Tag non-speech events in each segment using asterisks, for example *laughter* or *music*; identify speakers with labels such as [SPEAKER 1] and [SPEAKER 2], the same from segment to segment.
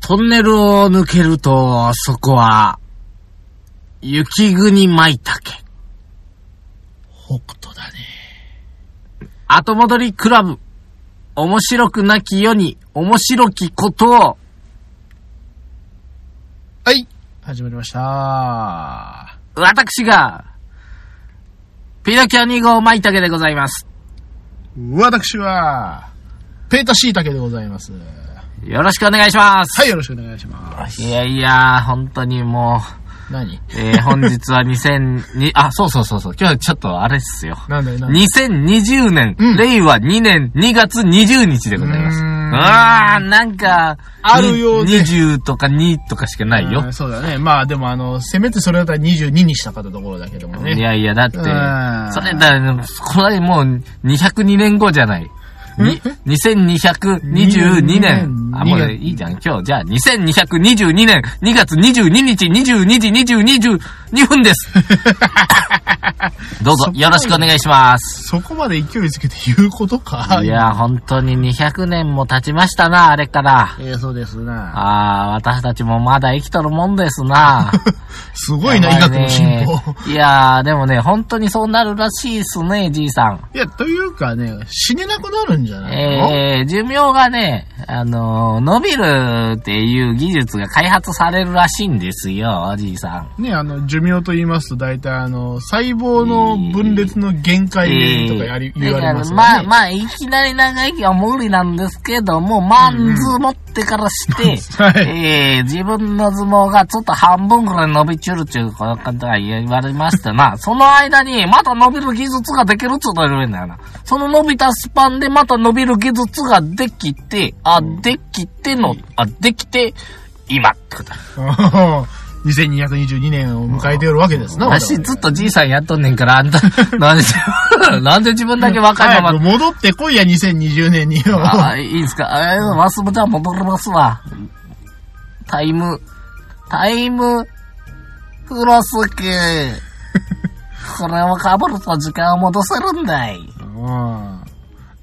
[SPEAKER 1] トンネルを抜けると、そこは、雪国舞茸。
[SPEAKER 2] 北斗だね。
[SPEAKER 1] 後戻りクラブ。面白くなき世に、面白きことを。
[SPEAKER 2] はい。始まりました。は
[SPEAKER 1] 私が、ピノキオ2号舞茸でございます。
[SPEAKER 2] 私は、ペータシイタケでございます。
[SPEAKER 1] よろしくお願いします。
[SPEAKER 2] はい、よろしくお願いします。
[SPEAKER 1] いやいや、本当にも
[SPEAKER 2] 何
[SPEAKER 1] う、えー、本日は2002、あ、そうそうそうそう、今日はちょっとあれっすよ。
[SPEAKER 2] なんだよ、なんだよ。
[SPEAKER 1] 2020年、
[SPEAKER 2] うん
[SPEAKER 1] 令和2年2月20日でございます。
[SPEAKER 2] うーん
[SPEAKER 1] あー、なんか、
[SPEAKER 2] あるようで
[SPEAKER 1] 20とか2とかしかないよ
[SPEAKER 2] あー。そうだね。まあでもあの、せめてそれだったら22にしたかったところだけども
[SPEAKER 1] い
[SPEAKER 2] ね。
[SPEAKER 1] やいや、だって、
[SPEAKER 2] う
[SPEAKER 1] そ
[SPEAKER 2] ん
[SPEAKER 1] れだ、これもう202年後じゃない。に2222年。あ、もういいじゃん。今日、じゃあ2222年2月22日22時22分
[SPEAKER 2] *laughs*
[SPEAKER 1] です。どうぞ
[SPEAKER 2] そこま、で
[SPEAKER 1] よろしくお願いします。
[SPEAKER 2] そこまで勢いつけて言うことか。
[SPEAKER 1] いや、本当に200年も経ちましたな、あれから。
[SPEAKER 2] えー、そうですな。
[SPEAKER 1] ああ、私たちもまだ生きとるもんですな。
[SPEAKER 2] すごいな、医
[SPEAKER 1] や
[SPEAKER 2] 学
[SPEAKER 1] ばい
[SPEAKER 2] の
[SPEAKER 1] ね
[SPEAKER 2] 進歩。
[SPEAKER 1] いやー、でもね、本当にそうなるらしいっすね、じいさん。
[SPEAKER 2] いや、というかね、死ねなくなるんじゃないの、
[SPEAKER 1] えー、寿命がね、あのー伸びるっていう技術が開発されるらしいんですよ、おじいさん。
[SPEAKER 2] ね、あの、寿命と言いますと、大体あの、細胞の分裂の限界
[SPEAKER 1] え
[SPEAKER 2] とかやり、言われますよね。
[SPEAKER 1] だからまあまあ、いきなり長生きは無理なんですけども、まあ、
[SPEAKER 2] うん
[SPEAKER 1] 図持ってからして、
[SPEAKER 2] *laughs* はい。
[SPEAKER 1] えー、自分の相撲がちょっと半分ぐらい伸びちゅるっていうことが言われま
[SPEAKER 2] *laughs*
[SPEAKER 1] してな、その間にまた伸びる技術ができるっつうのがいるんだよな。その伸びたスパンでまた伸びる技術ができて、あ、できての、あ、できて、今ってことだ。
[SPEAKER 2] *laughs* 2222年を迎えておるわけですな、
[SPEAKER 1] 私ずっとじいさんやっとんねんから、あ
[SPEAKER 2] *laughs*
[SPEAKER 1] んた、なんで自分、なんで自分だけ若いまま
[SPEAKER 2] 早く。戻ってこいや、2020年によ。
[SPEAKER 1] あ、いいんすか。えー、マスボじゃあ戻りますわ。タイム、タイム、フロスケ。 *laughs* これをかぶると時間を戻せるんだい。
[SPEAKER 2] うん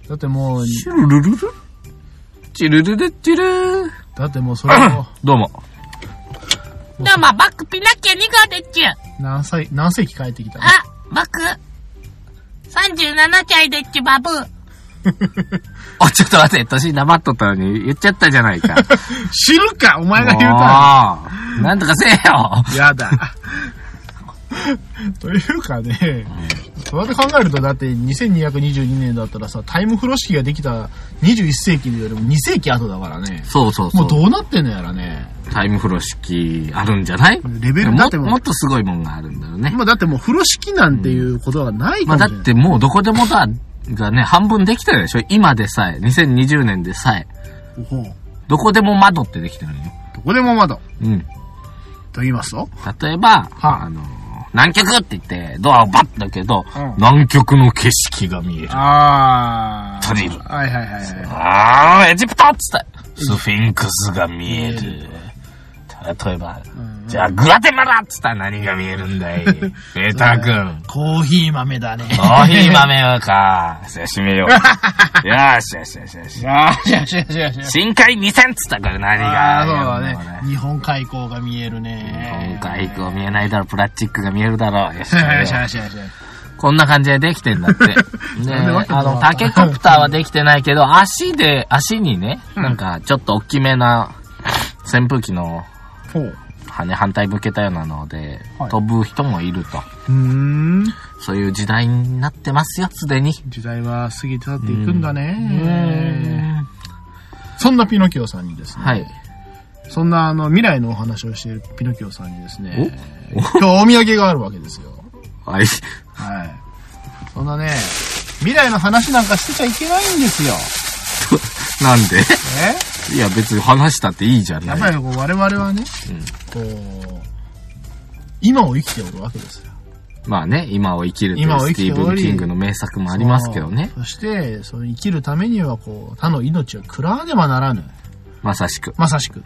[SPEAKER 2] だってもう、
[SPEAKER 1] チュルルルルチュルルルチュルー。
[SPEAKER 2] だってもうそれ
[SPEAKER 1] *coughs*
[SPEAKER 2] も、
[SPEAKER 1] どうも。どうも、バックピナキャ2号でっちゅ。
[SPEAKER 2] 何歳、何世紀帰ってきたの
[SPEAKER 3] あ、僕、37歳でっちバブ
[SPEAKER 1] *laughs*
[SPEAKER 3] ー。
[SPEAKER 1] あ、ちょっと待って、年黙っとったのに言っちゃったじゃないか。
[SPEAKER 2] 知るかお前が言うか
[SPEAKER 1] ああ。なんとかせえよ。
[SPEAKER 2] やだ。 *laughs* というかね、そうやって考えると、だって2222年だったらさ、タイム風呂敷ができた21世紀よりも2世紀後だからね。
[SPEAKER 1] そうそうそう。
[SPEAKER 2] もうどうなってんのやらね。
[SPEAKER 1] タイム風呂敷あるんじゃない
[SPEAKER 2] レベルだ
[SPEAKER 1] も
[SPEAKER 2] ってもう
[SPEAKER 1] もっとすごいもんがあるんだよね。
[SPEAKER 2] まあだってもう風呂敷なんていうことはない
[SPEAKER 1] ま
[SPEAKER 2] か
[SPEAKER 1] あ
[SPEAKER 2] も
[SPEAKER 1] だ
[SPEAKER 2] しれない。
[SPEAKER 1] ってもうどこでもだ、がね、半分できてるでしょ今でさえ、2020年でさえ、
[SPEAKER 2] ほう
[SPEAKER 1] どこでも窓ってできてるのよ。
[SPEAKER 2] どこでも窓。
[SPEAKER 1] うん。
[SPEAKER 2] と言いますと
[SPEAKER 1] 例えば、
[SPEAKER 2] あ
[SPEAKER 1] あの、南極って言って、ドアをバッだけど、
[SPEAKER 2] うん
[SPEAKER 1] 南極の景色が見える。
[SPEAKER 2] あー。
[SPEAKER 1] トリル
[SPEAKER 2] はいはいはいは
[SPEAKER 1] あー、エジプトっつって、スフィンクスが見える。例えば、
[SPEAKER 2] ん
[SPEAKER 1] じゃあ、グアテマラっつったら何が見えるん
[SPEAKER 2] *laughs*
[SPEAKER 1] だいペーター君。
[SPEAKER 2] い。コーヒー豆だね。
[SPEAKER 1] コー
[SPEAKER 2] *laughs*
[SPEAKER 1] ヒー豆か。じゃあ閉めよう。 *laughs* よしよしよしよし。
[SPEAKER 2] あー、しゃしゃしゃしゃ。
[SPEAKER 1] 深海2000っつったから何が
[SPEAKER 2] あー、そうだ
[SPEAKER 1] 見えるんだろ
[SPEAKER 2] ね。日本海溝が見えるね。
[SPEAKER 1] 今回以降見えないだろ、プラスチックが見えるだろ。
[SPEAKER 2] *laughs*
[SPEAKER 1] よし
[SPEAKER 2] しゃ
[SPEAKER 1] よ
[SPEAKER 2] し
[SPEAKER 1] し
[SPEAKER 2] ゃしゃしゃ。
[SPEAKER 1] こんな感じでできてんだ
[SPEAKER 2] *laughs*
[SPEAKER 1] って。で、
[SPEAKER 2] なんでわけ
[SPEAKER 1] あ
[SPEAKER 2] わか
[SPEAKER 1] の、
[SPEAKER 2] ん
[SPEAKER 1] タ
[SPEAKER 2] ない
[SPEAKER 1] ケコプターはできてないけど、足で、足にね、なんかちょっと大きめな扇風機の
[SPEAKER 2] ほう。
[SPEAKER 1] 羽反対向けたようなので、
[SPEAKER 2] はい
[SPEAKER 1] 飛ぶ人もいると。
[SPEAKER 2] うーん。
[SPEAKER 1] そういう時代になってますよ、すでに。
[SPEAKER 2] 時代は過ぎてたっていくんだ
[SPEAKER 1] う
[SPEAKER 2] ね。
[SPEAKER 1] ん
[SPEAKER 2] そんなピノキオさんにですね。
[SPEAKER 1] はい。
[SPEAKER 2] そんなあの、未来のお話をしているピノキオさんにですね。今日お土産があるわけですよ。
[SPEAKER 1] はい。 *laughs*
[SPEAKER 2] はい。そんなね、未来の話なんかしてちゃいけないんですよ。
[SPEAKER 1] なんで *laughs*
[SPEAKER 2] え
[SPEAKER 1] いや、別に話したっていいじゃ
[SPEAKER 2] や
[SPEAKER 1] な
[SPEAKER 2] っ
[SPEAKER 1] い。
[SPEAKER 2] ぱりこう我々はね、こう、今を生きておるわけですよ。
[SPEAKER 1] まあね、今を生きるとい
[SPEAKER 2] 今
[SPEAKER 1] う
[SPEAKER 2] を
[SPEAKER 1] ス
[SPEAKER 2] 生
[SPEAKER 1] テ
[SPEAKER 2] き
[SPEAKER 1] ィ
[SPEAKER 2] て
[SPEAKER 1] ー
[SPEAKER 2] お
[SPEAKER 1] ブン・
[SPEAKER 2] り
[SPEAKER 1] キングの名作もありますけどね。
[SPEAKER 2] そう。そして、その生きるためにはこう、他の命を食らわねばならぬ。
[SPEAKER 1] まさしく。
[SPEAKER 2] まさしく。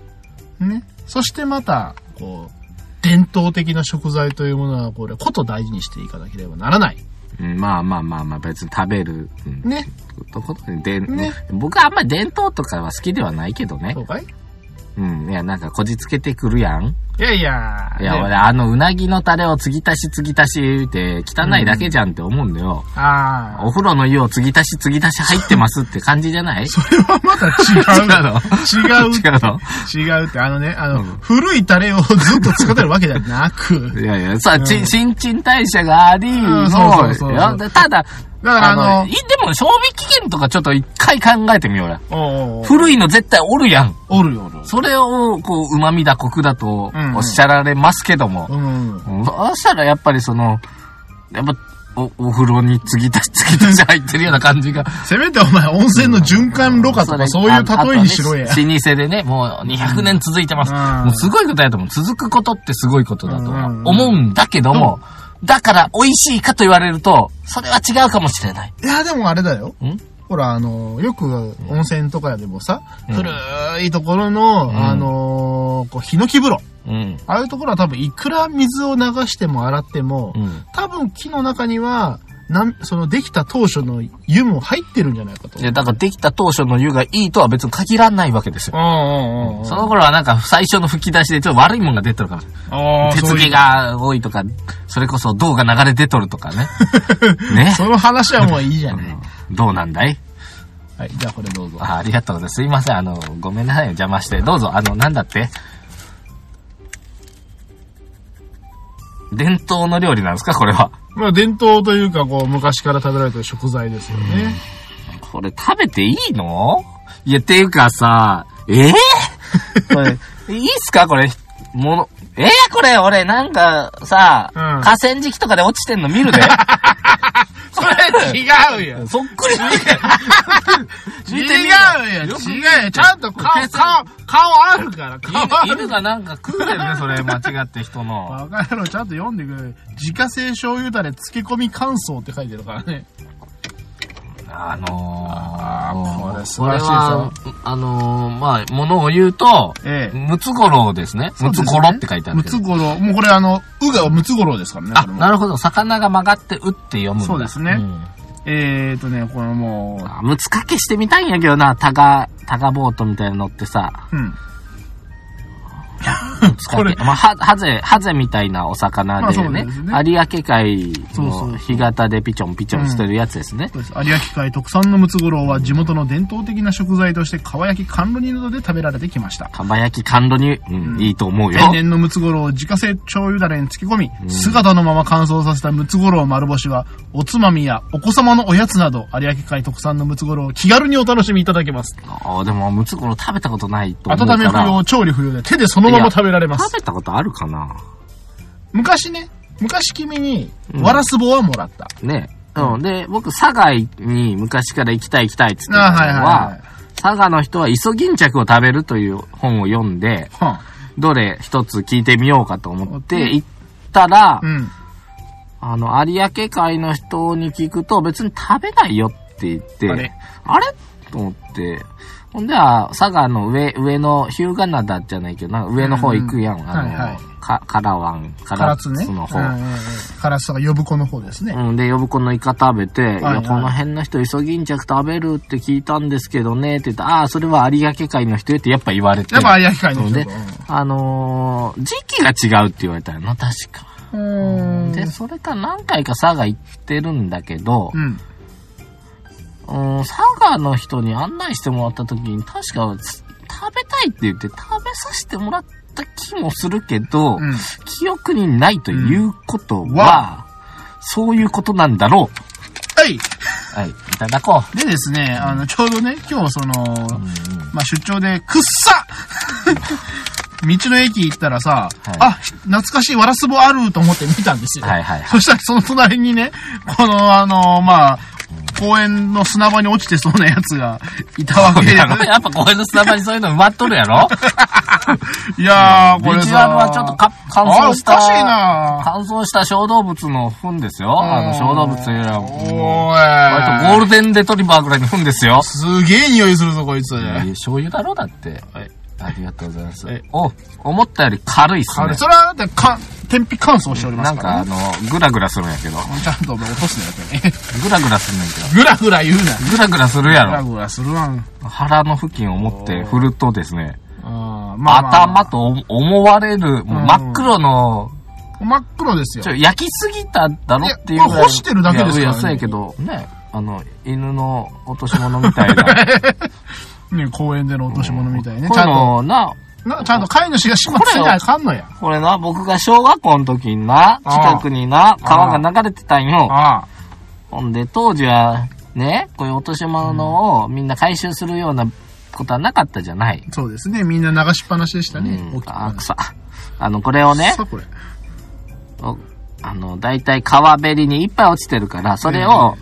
[SPEAKER 2] ね。そしてまた、こう、伝統的な食材というものは、これ、こと大事にしていかなければならない。
[SPEAKER 1] うん、まあまあまあまあ、別に食べる。うん
[SPEAKER 2] ね。
[SPEAKER 1] とことで、
[SPEAKER 2] ね
[SPEAKER 1] 僕はあんまり伝統とかは好きではないけどね
[SPEAKER 2] そ。うかい
[SPEAKER 1] うん。いや、なんかこじつけてくるやん。
[SPEAKER 2] いやいや。
[SPEAKER 1] いや、
[SPEAKER 2] ね
[SPEAKER 1] 俺、あの、うなぎのタレを継ぎ足し継ぎ足し言うて、汚いだけじゃんって思うんだよ。
[SPEAKER 2] ああ。
[SPEAKER 1] お風呂の湯を継ぎ足し継ぎ足し入ってますって感じじゃない
[SPEAKER 2] *laughs* それはまた
[SPEAKER 1] 違うの
[SPEAKER 2] *laughs* 違う。違
[SPEAKER 1] *laughs*
[SPEAKER 2] う
[SPEAKER 1] 違うの
[SPEAKER 2] 違うって、あのね、あの、古いタレをずっと使ってるわけじゃなく、
[SPEAKER 1] *laughs* いやいや、さあ、ち新陳代謝があり
[SPEAKER 2] ん
[SPEAKER 1] の、
[SPEAKER 2] そうそうそう
[SPEAKER 1] いやでただ、
[SPEAKER 2] だからあの
[SPEAKER 1] いでも、賞味期限とかちょっと一回考えてみようよ。
[SPEAKER 2] おうおう
[SPEAKER 1] 古いの絶対おるやん。
[SPEAKER 2] おるよおる。
[SPEAKER 1] それを、こう、旨味だ、コクだと
[SPEAKER 2] うんうん
[SPEAKER 1] おっしゃられますけども。
[SPEAKER 2] うん。
[SPEAKER 1] うんそしたら、やっぱりその、やっぱ、お、お風呂に継ぎ *laughs* 足し継ぎ足し入ってるような感じが。
[SPEAKER 2] せめてお前温泉の循環ろ過とかそういう例えにしろや
[SPEAKER 1] あ。とね老舗でね、もう200年続いてます。
[SPEAKER 2] うん
[SPEAKER 1] もうすごいことやと思う。続くことってすごいことだとは
[SPEAKER 2] うんうん
[SPEAKER 1] 思うんだけども、だから美味しいかと言われると、それは違うかもしれない。
[SPEAKER 2] いや、でもあれだよ。
[SPEAKER 1] ん
[SPEAKER 2] ほら、あの、よく温泉とかでもさ、古いところの、
[SPEAKER 1] ん
[SPEAKER 2] あの、こう、ヒノキ風呂。
[SPEAKER 1] うん。
[SPEAKER 2] ああいうところは多分、いくら水を流しても洗っても、
[SPEAKER 1] うん。
[SPEAKER 2] 多分木の中には、なん、その、できた当初の湯も入ってるんじゃないかと。
[SPEAKER 1] いや、だからできた当初の湯がいいとは別に限らないわけですよ。
[SPEAKER 2] うんうんうんうん。
[SPEAKER 1] その頃はなんか最初の吹き出しでちょっと悪いもんが出てるかもしれない。
[SPEAKER 2] あー
[SPEAKER 1] 手つき。が多いとか、それこそ銅が流れ出とるとかね。ね。
[SPEAKER 2] *laughs* そういうその話はもういいじゃない。
[SPEAKER 1] どうなんだい
[SPEAKER 2] はい、じゃあこれどうぞ。
[SPEAKER 1] あありがとうございます。すいません。あの、ごめんなさい。邪魔して。どうぞ。あの、なんだって伝統の料理なんですかこれは。
[SPEAKER 2] まあ、伝統というか、こう、昔から食べられてる食材ですよね。
[SPEAKER 1] これ食べていいのいや、ていうかさ、ええこれ、いいっすかこれ、もの、ええこれ、俺、なんか、さ、
[SPEAKER 2] うん
[SPEAKER 1] 河川敷とかで落ちてんの見るで。
[SPEAKER 2] *laughs* それ違う
[SPEAKER 1] *laughs*
[SPEAKER 2] よ
[SPEAKER 1] そっくり見て。
[SPEAKER 2] 違
[SPEAKER 1] 見
[SPEAKER 2] う
[SPEAKER 1] てみ *laughs*
[SPEAKER 2] よ
[SPEAKER 1] よく見てみ
[SPEAKER 2] 違うよちゃんと顔
[SPEAKER 1] 今、朝
[SPEAKER 2] 顔、顔あるから、顔あ
[SPEAKER 1] *laughs* 犬犬
[SPEAKER 2] る
[SPEAKER 1] がなんか食うてるね、それ、間違って人の。
[SPEAKER 2] バカ野郎、ちゃんと読んでくれ。自家製醤油タレ漬け込み乾燥って書いてるからね。
[SPEAKER 1] あのー、
[SPEAKER 2] ーこれ素
[SPEAKER 1] こ
[SPEAKER 2] 晴
[SPEAKER 1] れ
[SPEAKER 2] らしい
[SPEAKER 1] は、あのー、まあ、ものを言うと、
[SPEAKER 2] ええ
[SPEAKER 1] ムツゴロウですね。ムツゴロウって書いてある
[SPEAKER 2] ム
[SPEAKER 1] け
[SPEAKER 2] ツ
[SPEAKER 1] ど。
[SPEAKER 2] ゴロウ。もうこれあの、うがムツゴロウですからね。
[SPEAKER 1] あ、
[SPEAKER 2] これも
[SPEAKER 1] なるほど。魚が曲がってうって読むんだ。
[SPEAKER 2] そうですね
[SPEAKER 1] ん
[SPEAKER 2] えーとね、これも
[SPEAKER 1] あムツ掛けしてみたいんやけどな、タガ、タガボートみたいなのってさ、
[SPEAKER 2] う、うん。
[SPEAKER 1] ムツ掛け。
[SPEAKER 2] こ
[SPEAKER 1] まあ、は、ハゼ、ハゼみたいなお魚で
[SPEAKER 2] まあ
[SPEAKER 1] ね、
[SPEAKER 2] そうだよ
[SPEAKER 1] 有明海
[SPEAKER 2] そうそうそう
[SPEAKER 1] の干潟でピチョンピチョンしてるやつですね。
[SPEAKER 2] そうです有明海特産のムツゴロウは地元の伝統的な食材として、かば焼き甘露煮などで食べられてきました。
[SPEAKER 1] かば焼き甘露に、うん、いいと思うよ。
[SPEAKER 2] 天然のムツゴロウを自家製醤油ダレに漬け込み、姿のまま乾燥させたムツゴロウ丸干しは、おつまみやお子様のおやつなど、有明海特産のムツゴロウを気軽にお楽しみいただけます。
[SPEAKER 1] あーでも、ムツゴロウ食べたことないと思うから。
[SPEAKER 2] 温め不要、調理不要で手でそのまま食べられます。
[SPEAKER 1] 食べたことあるかな
[SPEAKER 2] 昔ね、昔君に、わらすぼはもらった。
[SPEAKER 1] ね。うん。で、僕、佐賀に昔から行きたい行きたいって言ってたの
[SPEAKER 2] あはいはいは、
[SPEAKER 1] はい佐賀の人はイソギンチャクを食べるという本を読んで、
[SPEAKER 2] は
[SPEAKER 1] どれ一つ聞いてみようかと思って行ったら
[SPEAKER 2] あ、うん。
[SPEAKER 1] あの、有明海の人に聞くと別に食べないよって言って、
[SPEAKER 2] あ
[SPEAKER 1] あ
[SPEAKER 2] れ
[SPEAKER 1] れと思って、ほんでは、佐賀の上、上の日向灘じゃないけど、なんか上の方行くやん。あの、
[SPEAKER 2] はいはい
[SPEAKER 1] か、カラワン、カ
[SPEAKER 2] 唐津ね。
[SPEAKER 1] の方。
[SPEAKER 2] うんうんうん唐津とか呼ぶ子の方ですね。
[SPEAKER 1] うん、で、呼子のイカ食べて、い
[SPEAKER 2] はい
[SPEAKER 1] や、この辺の人、イソギンチャク食べるって聞いたんですけどね、って言ったら、ああ、それは有明海の人よってやっぱ言われて。
[SPEAKER 2] やっぱ有明海の
[SPEAKER 1] そう
[SPEAKER 2] 人
[SPEAKER 1] で、あのー時期が違うって言われたよな、確か。
[SPEAKER 2] うん。
[SPEAKER 1] で、それから何回か佐賀行ってるんだけど
[SPEAKER 2] う、ん。
[SPEAKER 1] うん、佐賀の人に案内してもらった時に、確か、つ食べたいって言って食べさせてもらった気もするけど、
[SPEAKER 2] うん
[SPEAKER 1] 記憶にないということは、そういうことなんだろう。
[SPEAKER 2] はい。
[SPEAKER 1] はい、いただこう。
[SPEAKER 2] でですね、あの、ちょうどね、今日その、まあ、出張で、くっさ *laughs* 道の駅行ったらさ、
[SPEAKER 1] はい
[SPEAKER 2] あ、懐かしいわらすぼあると思って見たんですよ。
[SPEAKER 1] はいはいはい
[SPEAKER 2] そしたらその隣にね、このあの、まあ、公園の砂場に落ちてそうなやつがいたわ
[SPEAKER 1] *laughs*
[SPEAKER 2] けで。
[SPEAKER 1] やろやっぱ公園の砂場にそういうの埋まっとるやろ
[SPEAKER 2] いやー、こ
[SPEAKER 1] ビ
[SPEAKER 2] れ
[SPEAKER 1] ジ
[SPEAKER 2] さ。
[SPEAKER 1] ュアルはちょっとか乾
[SPEAKER 2] あ、お
[SPEAKER 1] 燥した。
[SPEAKER 2] かしいな
[SPEAKER 1] 乾燥した小動物の糞ですよ。あの小動物というよりは、もう
[SPEAKER 2] お
[SPEAKER 1] 割と
[SPEAKER 2] ーい。
[SPEAKER 1] ゴールデンレトリバーぐらいの糞ですよ。
[SPEAKER 2] すげえ匂いするぞ、こいつ。
[SPEAKER 1] いや醤油だろだって。
[SPEAKER 2] い
[SPEAKER 1] ありがとうございます
[SPEAKER 2] え。
[SPEAKER 1] お、思ったより軽いっす
[SPEAKER 2] あれ、
[SPEAKER 1] ね。
[SPEAKER 2] それは、だってか、天日乾燥しておりま
[SPEAKER 1] な
[SPEAKER 2] す
[SPEAKER 1] ん
[SPEAKER 2] か
[SPEAKER 1] からあ
[SPEAKER 2] ね。
[SPEAKER 1] の、グラグラするんやけど。
[SPEAKER 2] ちゃんとお前落とすね、やっぱりね。 *laughs*
[SPEAKER 1] グラグラするんやけど。
[SPEAKER 2] ぐらぐら言うな。
[SPEAKER 1] グラグラするや
[SPEAKER 2] グラ
[SPEAKER 1] ろ。
[SPEAKER 2] グラするわん。
[SPEAKER 1] 腹の付近を持って振るとですね、
[SPEAKER 2] ああーまあまあまあ
[SPEAKER 1] 頭と思われる、もう真っ黒の、
[SPEAKER 2] 真っ黒ですよ
[SPEAKER 1] ち。ょ焼きすぎただろっていう
[SPEAKER 2] いや
[SPEAKER 1] ぐらい。
[SPEAKER 2] 干してるだけですからね
[SPEAKER 1] いや、いやそうやけど、ね、あの、犬の落とし物み
[SPEAKER 2] *laughs*
[SPEAKER 1] たいな。
[SPEAKER 2] ね、公園での落とし物みたいね。
[SPEAKER 1] こ
[SPEAKER 2] ち
[SPEAKER 1] れ
[SPEAKER 2] ゃんと、
[SPEAKER 1] のな、
[SPEAKER 2] なちゃんと飼い主が始末しなあかんのや。
[SPEAKER 1] これな、僕が小学校の時にな、
[SPEAKER 2] ああ
[SPEAKER 1] 近くにな、川が流れてたんよ。
[SPEAKER 2] ああ。
[SPEAKER 1] ほんで、当時は、ね、こういう落とし物をみんな回収するようなことはなかったじゃない。
[SPEAKER 2] そうですね。みんな流しっぱなしでした
[SPEAKER 1] う
[SPEAKER 2] ね。
[SPEAKER 1] ん
[SPEAKER 2] 大きく
[SPEAKER 1] あ、くさ。あの、これをね
[SPEAKER 2] さ、あこれ。
[SPEAKER 1] おあの、大体川べりにいっぱい落ちてるから、それを、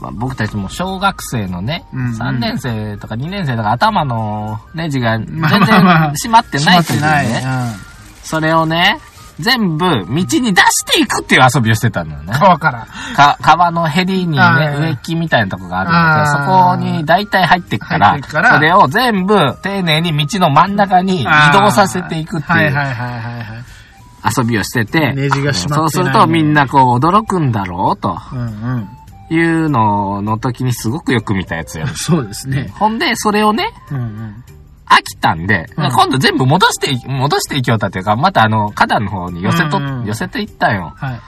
[SPEAKER 1] まあ、僕たちも小学生のね、
[SPEAKER 2] うんうん
[SPEAKER 1] 3年生とか2年生とか頭のネジが全然
[SPEAKER 2] まあまあまあ
[SPEAKER 1] 閉まってないっていうね、
[SPEAKER 2] うん
[SPEAKER 1] それをね、全部道に出していくっていう遊びをしてたのよね。
[SPEAKER 2] 川から。
[SPEAKER 1] か川のヘリにね、
[SPEAKER 2] はい
[SPEAKER 1] 植木みたいなとこがあるんだけど、そこ
[SPEAKER 2] あー
[SPEAKER 1] に大体入ってくから
[SPEAKER 2] 入ってくから
[SPEAKER 1] それを全部丁寧に道の真ん中に *laughs* 移動させていくって
[SPEAKER 2] はいいうはいはいはいはい。
[SPEAKER 1] 遊びをしてて、
[SPEAKER 2] ネジが
[SPEAKER 1] そ
[SPEAKER 2] 閉ま
[SPEAKER 1] う
[SPEAKER 2] って
[SPEAKER 1] す
[SPEAKER 2] ない
[SPEAKER 1] るとみんなこう驚くんだろうと
[SPEAKER 2] うんうん。
[SPEAKER 1] いうのの時にすごくよく見たやつや。
[SPEAKER 2] そうですね。
[SPEAKER 1] ほんで、それをね、
[SPEAKER 2] うんうん。
[SPEAKER 1] 飽きたんで、
[SPEAKER 2] うん
[SPEAKER 1] 今度全部戻してい、戻していきよったっていうか、またあの、花壇の方に寄せと、
[SPEAKER 2] うんうん
[SPEAKER 1] 寄せていったんよ。 *laughs*
[SPEAKER 2] はい。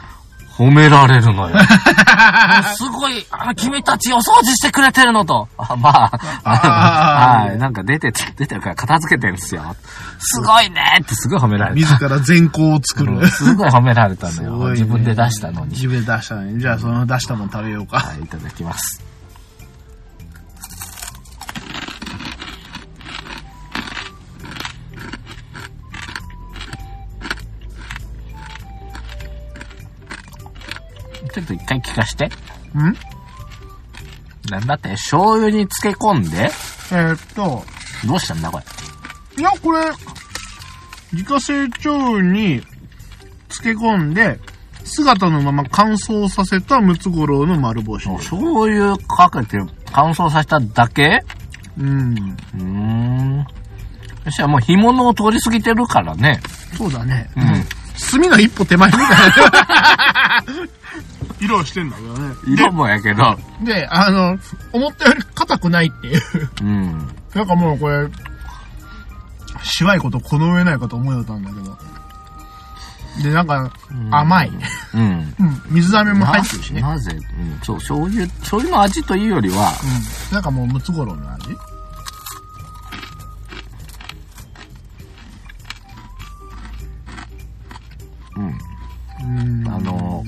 [SPEAKER 1] 褒められるのよ。すごい、あの、君たちお掃除してくれてるのと。あまあ、
[SPEAKER 2] あ
[SPEAKER 1] はい、なんか出てて、出てるから片付けてるんですよ。すごいねってすごい褒められた。
[SPEAKER 2] *laughs* 自ら善行を作 *laughs* る。
[SPEAKER 1] すごい褒められたの
[SPEAKER 2] す
[SPEAKER 1] よ。
[SPEAKER 2] ごいね
[SPEAKER 1] 自分で出したのに。
[SPEAKER 2] 自分で出したのに。じゃあ、その出したもん食べようか。
[SPEAKER 1] はい、いただきます。ちょっと一回聞かして。
[SPEAKER 2] ん
[SPEAKER 1] なんだって、醤油に漬け込んで、
[SPEAKER 2] えーっと、
[SPEAKER 1] どうしたんだこれ。
[SPEAKER 2] いや、これ、自家製腸に漬け込んで、姿のまま乾燥させたムツゴロウの丸干し。
[SPEAKER 1] 醤油かけて乾燥させただけ
[SPEAKER 2] うん。
[SPEAKER 1] うーん。そしたらもう干物を通り過ぎてるからね。
[SPEAKER 2] そうだね。
[SPEAKER 1] うん。
[SPEAKER 2] 炭の一歩手前みたい
[SPEAKER 1] *laughs*
[SPEAKER 2] な。 *laughs* 色をしてんだけどね。
[SPEAKER 1] 色もやけど。
[SPEAKER 2] で、あの、思ったより硬くないっていう。
[SPEAKER 1] うん。
[SPEAKER 2] なんかもうこれ、しわいことこの上ないかと思いよったんだけど。で、なんか、甘い。
[SPEAKER 1] うん。
[SPEAKER 2] うん。水飴も入ってるしね。
[SPEAKER 1] ななぜ、うん、そう、醤油、醤油の味というよりは、
[SPEAKER 2] うん。なんかもうムツゴロウの味
[SPEAKER 1] うん、
[SPEAKER 2] うん。
[SPEAKER 1] あの、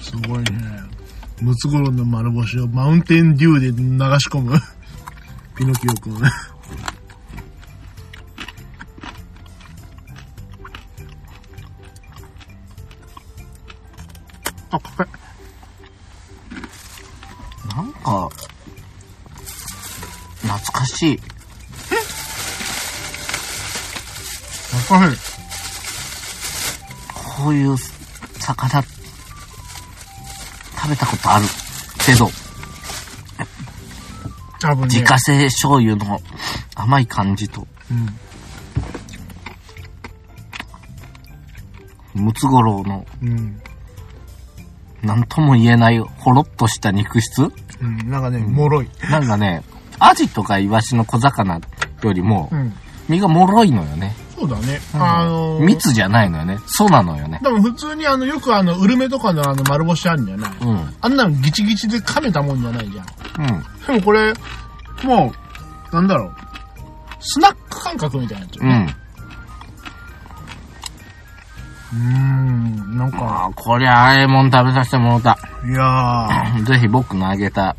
[SPEAKER 2] すごいね。ムツゴロウの丸干しをマウンテンデューで流し込む。 *laughs* ピノキオ
[SPEAKER 1] *laughs*
[SPEAKER 2] くん。あ、かい。
[SPEAKER 1] なんか、懐かしい。
[SPEAKER 2] かい。
[SPEAKER 1] こういう魚、食べたことあるけど、
[SPEAKER 2] 多分ね。
[SPEAKER 1] 自家製醤油の甘い感じと、ムツゴロウの
[SPEAKER 2] うん。うん。
[SPEAKER 1] なんとも言えないほろっとした肉質
[SPEAKER 2] うん。なんかね、脆い。
[SPEAKER 1] なんかね、アジとかイワシの小魚よりも
[SPEAKER 2] う、ん。
[SPEAKER 1] 身が脆いのよね。
[SPEAKER 2] そうだね。あのー、
[SPEAKER 1] 蜜じゃないのよね。そうなのよね。
[SPEAKER 2] 多分普通にあの、よくあの、ウルメとかのあの、丸干しあるんじゃない
[SPEAKER 1] うん。うん。
[SPEAKER 2] あんなのギチギチで噛めたもんじゃないじゃん。でもこれ、もう、なんだろう。スナック感覚みたいなやつ。
[SPEAKER 1] う。ん。
[SPEAKER 2] うーん、なんか、
[SPEAKER 1] ああ、こりゃあえもん食べさせてもらっ
[SPEAKER 2] いや
[SPEAKER 1] た。 *coughs* ぜひ僕のあげた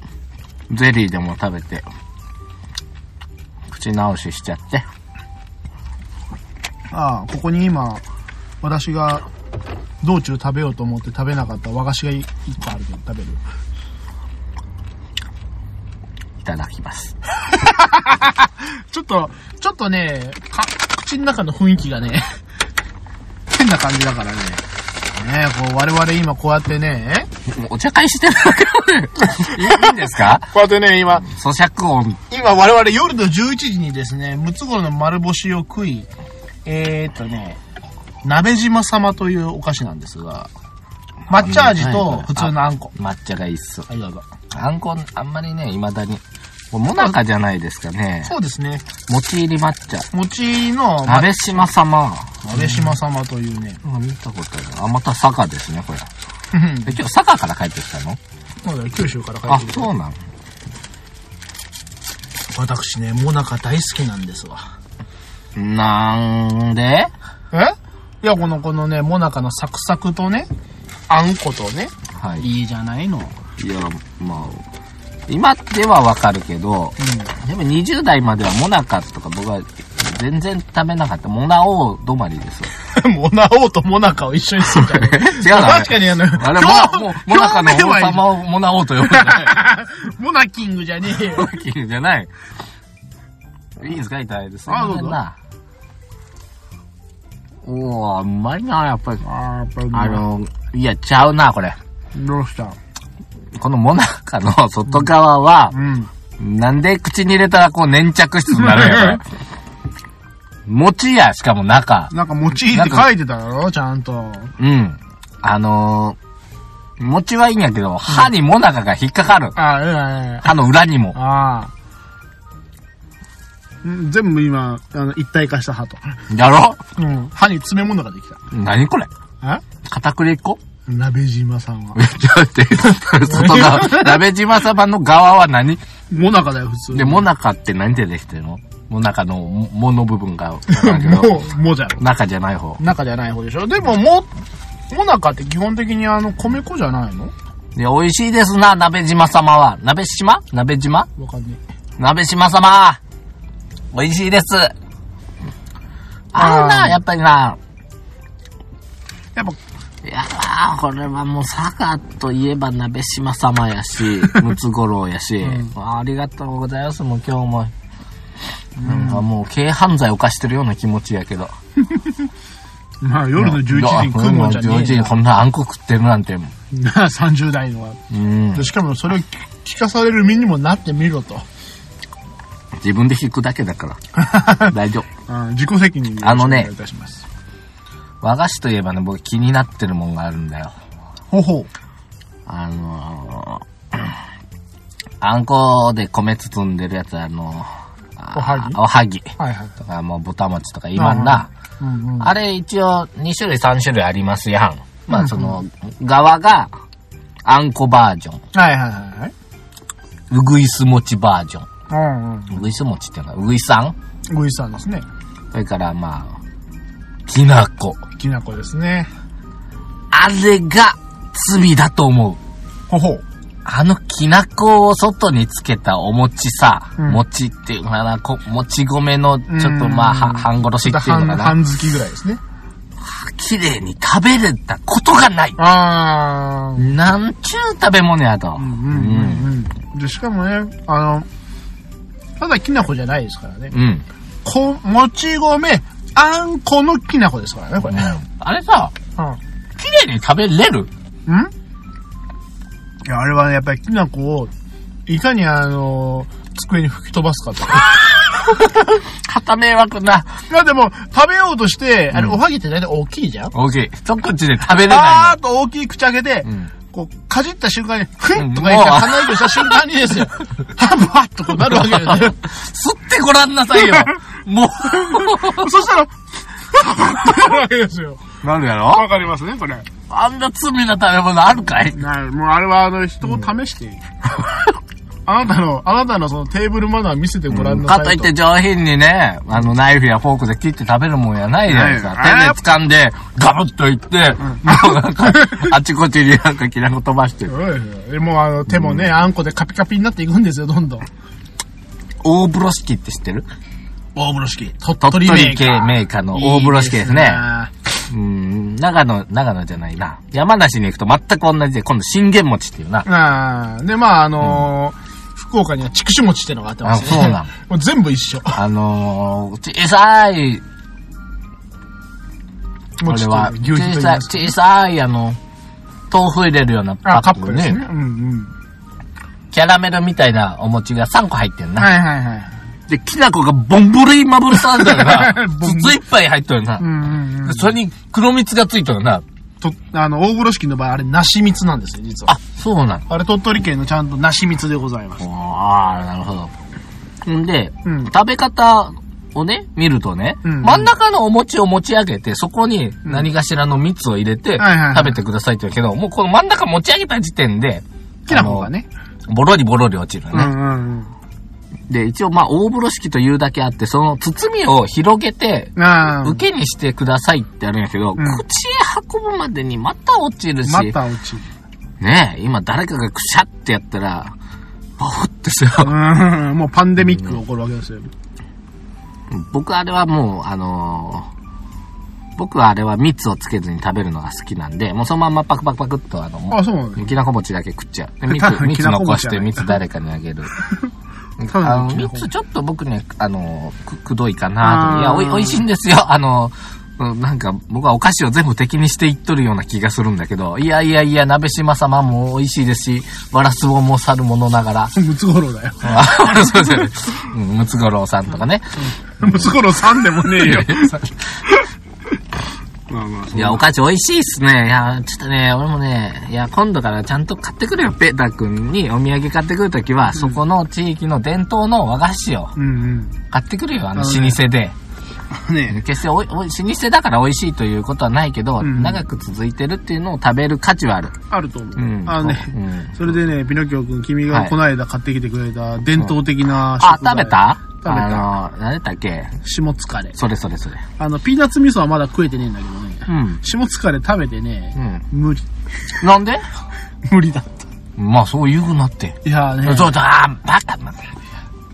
[SPEAKER 1] ゼリーでも食べて、口直ししちゃって。
[SPEAKER 2] ー、ああ、ここに今、私が、道中食べようと思って食べなかった和菓子が一個あるけど食べる。
[SPEAKER 1] いただきます。
[SPEAKER 2] ちょっと、ちょっとね、か口の中の雰囲気がね、 *laughs* 変な感じだからね。ねえこう、我々今こうやってね、
[SPEAKER 1] もうお茶会してるだけなのにいいんですか *laughs*
[SPEAKER 2] こうやってね、今、
[SPEAKER 1] 咀嚼音。
[SPEAKER 2] 今我々夜の11時にですね、ムツゴロウの丸干しを食い、えー、っとね、鍋島様というお菓子なんですが、抹茶味と普通のあんこ。
[SPEAKER 1] 抹茶がいいっす。
[SPEAKER 2] はい、どうぞ。
[SPEAKER 1] あんこ、あんまりね、未だに。これもなかじゃないですかね。
[SPEAKER 2] そうですね、
[SPEAKER 1] 持ち入り抹茶。
[SPEAKER 2] 餅のま
[SPEAKER 1] 鍋島様。
[SPEAKER 2] 鍋島様という *laughs* ね、
[SPEAKER 1] なんか見たことある。あ、また佐賀ですね、これ。え、今日佐賀から帰ってきたの
[SPEAKER 2] そうだよ九州から帰
[SPEAKER 1] あ
[SPEAKER 2] って、きて
[SPEAKER 1] そうなの
[SPEAKER 2] 私ね、もなか大好きなんですわ。
[SPEAKER 1] なんで
[SPEAKER 2] えいや、この、このね、もなかのサクサクとね、あんことね、
[SPEAKER 1] はい。
[SPEAKER 2] いいじゃないの。
[SPEAKER 1] いや、まあ、今ではわかるけど、でも20代まではモナカとか僕は全然食べなかった。モナオ止まりです *laughs* よ。
[SPEAKER 2] *laughs* モナオとモナカを一緒にする *laughs* から、ね
[SPEAKER 1] 違うな
[SPEAKER 2] 確かにあの、
[SPEAKER 1] あれ、
[SPEAKER 2] 表
[SPEAKER 1] モナモナカの王
[SPEAKER 2] 表面
[SPEAKER 1] 様をモナオと呼ぶんじゃない
[SPEAKER 2] はいい *laughs* モナキングじゃねえよ。
[SPEAKER 1] じゃ *laughs* ない。いいですかいただいて。すいませんな。おー、うまいな、やっぱり。
[SPEAKER 2] *laughs* あー、やっ
[SPEAKER 1] あ、の、いや、ちゃうな、これ。
[SPEAKER 2] どうした
[SPEAKER 1] このモナカの外側は、
[SPEAKER 2] うん。
[SPEAKER 1] なんで口に入れたらこう粘着質になるんやろ。 *laughs* 餅や、しかも中。
[SPEAKER 2] なんか、餅って書いてただろ、ちゃんと。
[SPEAKER 1] うん。あのー、餅はいいんやけど、歯にもなかが引っかかる。
[SPEAKER 2] あー、ええええ
[SPEAKER 1] 歯の裏にも。
[SPEAKER 2] あー。ん全部今、あの、一体化した歯と。
[SPEAKER 1] やろ
[SPEAKER 2] うん。歯に詰め物ができた。
[SPEAKER 1] 何これ
[SPEAKER 2] え
[SPEAKER 1] 片栗粉
[SPEAKER 2] 鍋島さんは
[SPEAKER 1] *laughs* ち。ょっと待って、外側。鍋島様の側は何
[SPEAKER 2] モナカだよ、普通。
[SPEAKER 1] で、もなかって何でできてるのもなかの、ももの部分が、わかるけど
[SPEAKER 2] *laughs* もう、もじゃろ。
[SPEAKER 1] 中じゃない方。
[SPEAKER 2] 中じゃない方でしょでも、も、もなかって基本的にあの、米粉じゃないの
[SPEAKER 1] で、美味しいですな、鍋島様は。鍋島鍋島
[SPEAKER 2] わかんねえ。
[SPEAKER 1] 鍋島様美味しいですある
[SPEAKER 2] あ
[SPEAKER 1] な、
[SPEAKER 2] ー
[SPEAKER 1] やっぱりな。
[SPEAKER 2] やっぱ、
[SPEAKER 1] いやー、これはもう佐賀といえば鍋島様や
[SPEAKER 2] *laughs*
[SPEAKER 1] し、ムツゴロウやし、ありがとうございます、もう今日も。なんかもう軽犯罪犯してるような気持ちやけど。
[SPEAKER 2] まあ、夜の11時に食うもんじゃね
[SPEAKER 1] 11時
[SPEAKER 2] え
[SPEAKER 1] に
[SPEAKER 2] よ
[SPEAKER 1] こんなあんこ食ってるなんて。
[SPEAKER 2] な *laughs* あ、30代のは。
[SPEAKER 1] うん。
[SPEAKER 2] でしかも、それを聞かされる身にもなってみろと。
[SPEAKER 1] 自分で引くだけだから。大丈夫。
[SPEAKER 2] *laughs* うん、自己責任でよろしくお願いいたします。
[SPEAKER 1] 和菓子といえばね、僕気になってるもんがあるんだよ。
[SPEAKER 2] ほうほう。
[SPEAKER 1] あのー、 *clears throat* あんこで米包んでるやつ、あのー、あ
[SPEAKER 2] おはぎ
[SPEAKER 1] おはぎ。
[SPEAKER 2] はいはい。
[SPEAKER 1] とか、もう豚餅とか今な。
[SPEAKER 2] うんうん。
[SPEAKER 1] あれ一応2種類3種類ありますやん。まあその、側が、あんこバージョン。
[SPEAKER 2] はいはいはい。
[SPEAKER 1] うぐいす餅バージョ
[SPEAKER 2] うんうん。
[SPEAKER 1] ン。うぐいす餅っていうのは、うぐいさん
[SPEAKER 2] グイさんですね。
[SPEAKER 1] それからまあ、きなこ。
[SPEAKER 2] きなこですね。
[SPEAKER 1] あれが罪だと思う。
[SPEAKER 2] ほほう。
[SPEAKER 1] あのきなこを外につけたお餅さ、
[SPEAKER 2] うん
[SPEAKER 1] 餅っていうのかな、こもち米のちょっと
[SPEAKER 2] うん
[SPEAKER 1] まあ、は半殺し
[SPEAKER 2] ちょっと
[SPEAKER 1] っていうの
[SPEAKER 2] 半、
[SPEAKER 1] かな、
[SPEAKER 2] 半月ぐらいですね。
[SPEAKER 1] 綺麗に食べれたことがない。
[SPEAKER 2] あー。
[SPEAKER 1] なんちゅう食べ物やと。
[SPEAKER 2] うんうんうんうん。で、しかもね、あの、ただきなこじゃないですからね。
[SPEAKER 1] うん。うん
[SPEAKER 2] こ、もち米、あんこのきなこですからね、これ。
[SPEAKER 1] あれさ、
[SPEAKER 2] う
[SPEAKER 1] 綺麗に食べれる
[SPEAKER 2] ん。んいや、あれはね、やっぱりきなこを、いかにあの、机に吹き飛ばすかと。
[SPEAKER 1] *laughs* 片迷惑な。
[SPEAKER 2] いや、でも、食べようとして、あれ、
[SPEAKER 1] うん
[SPEAKER 2] おはぎって大体大きいじゃん
[SPEAKER 1] 大きい。一口で食べれ
[SPEAKER 2] あ
[SPEAKER 1] な
[SPEAKER 2] ーっと大きい口開けて、
[SPEAKER 1] ん
[SPEAKER 2] こう、かじった瞬間に、ふ
[SPEAKER 1] うん
[SPEAKER 2] んとか言って、
[SPEAKER 1] もう
[SPEAKER 2] 鼻息をした瞬間にで
[SPEAKER 1] *laughs*
[SPEAKER 2] すよ、ハブハッとこうなるわけで
[SPEAKER 1] い
[SPEAKER 2] すよ
[SPEAKER 1] の。。吸ってごらんなさいよ。 *laughs* も
[SPEAKER 2] そしたら、なるわけですよ。
[SPEAKER 1] う。なるやろ
[SPEAKER 2] かりますね、これ。
[SPEAKER 1] あんな罪な食べ物あるかい
[SPEAKER 2] ない、もうあれはあの人を試して、あなたの、あなたのそのテーブルマナー見せてごらんな
[SPEAKER 1] か
[SPEAKER 2] さ
[SPEAKER 1] といっ
[SPEAKER 2] いと。
[SPEAKER 1] て上品にね、あの、ナイフやフォークで切って食べるもんやないじゃないですか。
[SPEAKER 2] ないよ
[SPEAKER 1] 手で掴んで、ガブッといって、
[SPEAKER 2] *laughs*
[SPEAKER 1] もうなんか、あちこちになんかきなこ飛ばしてる。
[SPEAKER 2] うんでもうあの手もね、あんこでカピカピになっていくんですよ、どんどん。
[SPEAKER 1] 大風呂敷って知ってる
[SPEAKER 2] 大風呂敷。鳥
[SPEAKER 1] 鳥取系メーカーの大風呂敷ですね。
[SPEAKER 2] あ
[SPEAKER 1] うん、長野、長野じゃないな。山梨に行くと全く同じで、今度信玄餅っていうな。
[SPEAKER 2] あー。で、まああのー福岡には畜種餅ってのがあってますね。
[SPEAKER 1] あそうなの
[SPEAKER 2] もう全部一緒。
[SPEAKER 1] あのー、小さい、こ
[SPEAKER 2] もう
[SPEAKER 1] れ
[SPEAKER 2] ちょっ
[SPEAKER 1] は、
[SPEAKER 2] と牛皮
[SPEAKER 1] 小
[SPEAKER 2] と言
[SPEAKER 1] さ
[SPEAKER 2] い
[SPEAKER 1] い、
[SPEAKER 2] ますか
[SPEAKER 1] 小さい、あの、豆腐入れるようなパ
[SPEAKER 2] あ、カ
[SPEAKER 1] ッ
[SPEAKER 2] ップ
[SPEAKER 1] ク
[SPEAKER 2] です
[SPEAKER 1] に
[SPEAKER 2] ね。、うんうん。
[SPEAKER 1] キャラメルみたいなお餅が3個入ってんな。
[SPEAKER 2] はいはいはい。
[SPEAKER 1] で、きな粉がボンブレイまぶさんだから、
[SPEAKER 2] *laughs* ボンブ
[SPEAKER 1] 筒いっぱい入っとるな
[SPEAKER 2] う。んうんうん。
[SPEAKER 1] それに黒蜜がついとるな。
[SPEAKER 2] と、あの、大風呂敷の場合、あれ、梨蜜なんですよ、実は。
[SPEAKER 1] あ、そうなの。
[SPEAKER 2] あれ、鳥取県のちゃんと梨蜜でございます。
[SPEAKER 1] ああ、なるほど。んで、
[SPEAKER 2] うん
[SPEAKER 1] 食べ方をね、見るとね、
[SPEAKER 2] うん
[SPEAKER 1] 真ん中のお餅を持ち上げて、そこに何かしらの蜜を入れて
[SPEAKER 2] はいはいはい、
[SPEAKER 1] 食べてくださいって言うけど、もうこの真ん中持ち上げた時点で、
[SPEAKER 2] きな粉がね。
[SPEAKER 1] あの。ボロリボロリ落ちる
[SPEAKER 2] うん
[SPEAKER 1] ね。
[SPEAKER 2] うんうん。
[SPEAKER 1] で、一応まあ大風呂敷というだけあって、その包みを広げて、
[SPEAKER 2] ああ、
[SPEAKER 1] 受けにしてくださいってあるんやけど、
[SPEAKER 2] ん
[SPEAKER 1] 口へ運ぶまでにまた落ちるし、
[SPEAKER 2] また落ちる。
[SPEAKER 1] ねえ、今誰かがくしゃってやったら、ボフってさ、
[SPEAKER 2] うん、もうパンデミックが起こるわけですよ。
[SPEAKER 1] 僕あれはもう、あのー僕はあれは蜜をつけずに食べるのが好きなんで、もうそのまんまパクパクパクっと、あの、も
[SPEAKER 2] あ、そうなんだ。
[SPEAKER 1] う、きなこ餅だけ食っちゃ
[SPEAKER 2] *laughs*
[SPEAKER 1] う。で
[SPEAKER 2] 多
[SPEAKER 1] 蜜、
[SPEAKER 2] 分き
[SPEAKER 1] 蜜
[SPEAKER 2] なこ
[SPEAKER 1] 残
[SPEAKER 2] 餅じ
[SPEAKER 1] し
[SPEAKER 2] ゃな
[SPEAKER 1] て
[SPEAKER 2] い
[SPEAKER 1] 蜜誰かにあげ
[SPEAKER 2] *laughs*
[SPEAKER 1] る。
[SPEAKER 2] ただ
[SPEAKER 1] あ
[SPEAKER 2] の
[SPEAKER 1] の、
[SPEAKER 2] きな粉
[SPEAKER 1] 蜜ちょっと僕ね、あの、く、くどいかなと。いや、
[SPEAKER 2] あ
[SPEAKER 1] おい、
[SPEAKER 2] ー
[SPEAKER 1] 美味しいんですよ。あ *laughs* の、うんなんか、僕はお菓子を全部敵にしていっとるような気がするんだけど、いやいやいや、鍋島様も美味しいですし、わらすぼもさるものながら。
[SPEAKER 2] ムツゴロウだよ。 *laughs*
[SPEAKER 1] あ、 *laughs* そうですよね。うん、ムツゴロウさんとかね。
[SPEAKER 2] ムツゴロウ3でもねえよ。まあまあ、
[SPEAKER 1] いや、お菓子美味しいっすね。いや、ちょっとね、俺もね、いや、今度からちゃんと買ってくるよ。ペータ君にお土産買ってくるときは、そこの地域の伝統の和菓子を
[SPEAKER 2] うんうん。
[SPEAKER 1] 買ってくるよ。あの、
[SPEAKER 2] あの
[SPEAKER 1] 老
[SPEAKER 2] ね
[SPEAKER 1] 舗で。
[SPEAKER 2] ね
[SPEAKER 1] 決しておいおい老舗だから美味しいということはないけど、
[SPEAKER 2] うん
[SPEAKER 1] 長く続いてるっていうのを食べる価値はある。
[SPEAKER 2] あると思う。
[SPEAKER 1] うん
[SPEAKER 2] あのね、
[SPEAKER 1] うん
[SPEAKER 2] それでね、ピノキオ君、君
[SPEAKER 1] は
[SPEAKER 2] が
[SPEAKER 1] い
[SPEAKER 2] この間買ってきてくれた伝統的な
[SPEAKER 1] あ、
[SPEAKER 2] 食材、
[SPEAKER 1] 食べた
[SPEAKER 2] 食べた。
[SPEAKER 1] あの、何だったっけ
[SPEAKER 2] 下疲れ。
[SPEAKER 1] それそれそれ。
[SPEAKER 2] あの、ピーナッツ味噌はまだ食えてねえんだけどね。
[SPEAKER 1] うん。
[SPEAKER 2] 下疲れ食べてね、
[SPEAKER 1] う
[SPEAKER 2] 無理。
[SPEAKER 1] ん。なんで
[SPEAKER 2] *laughs* 無理だった。
[SPEAKER 1] まあ、そう言うなって。
[SPEAKER 2] いやーね。
[SPEAKER 1] そうそう、あーバカなんだよ。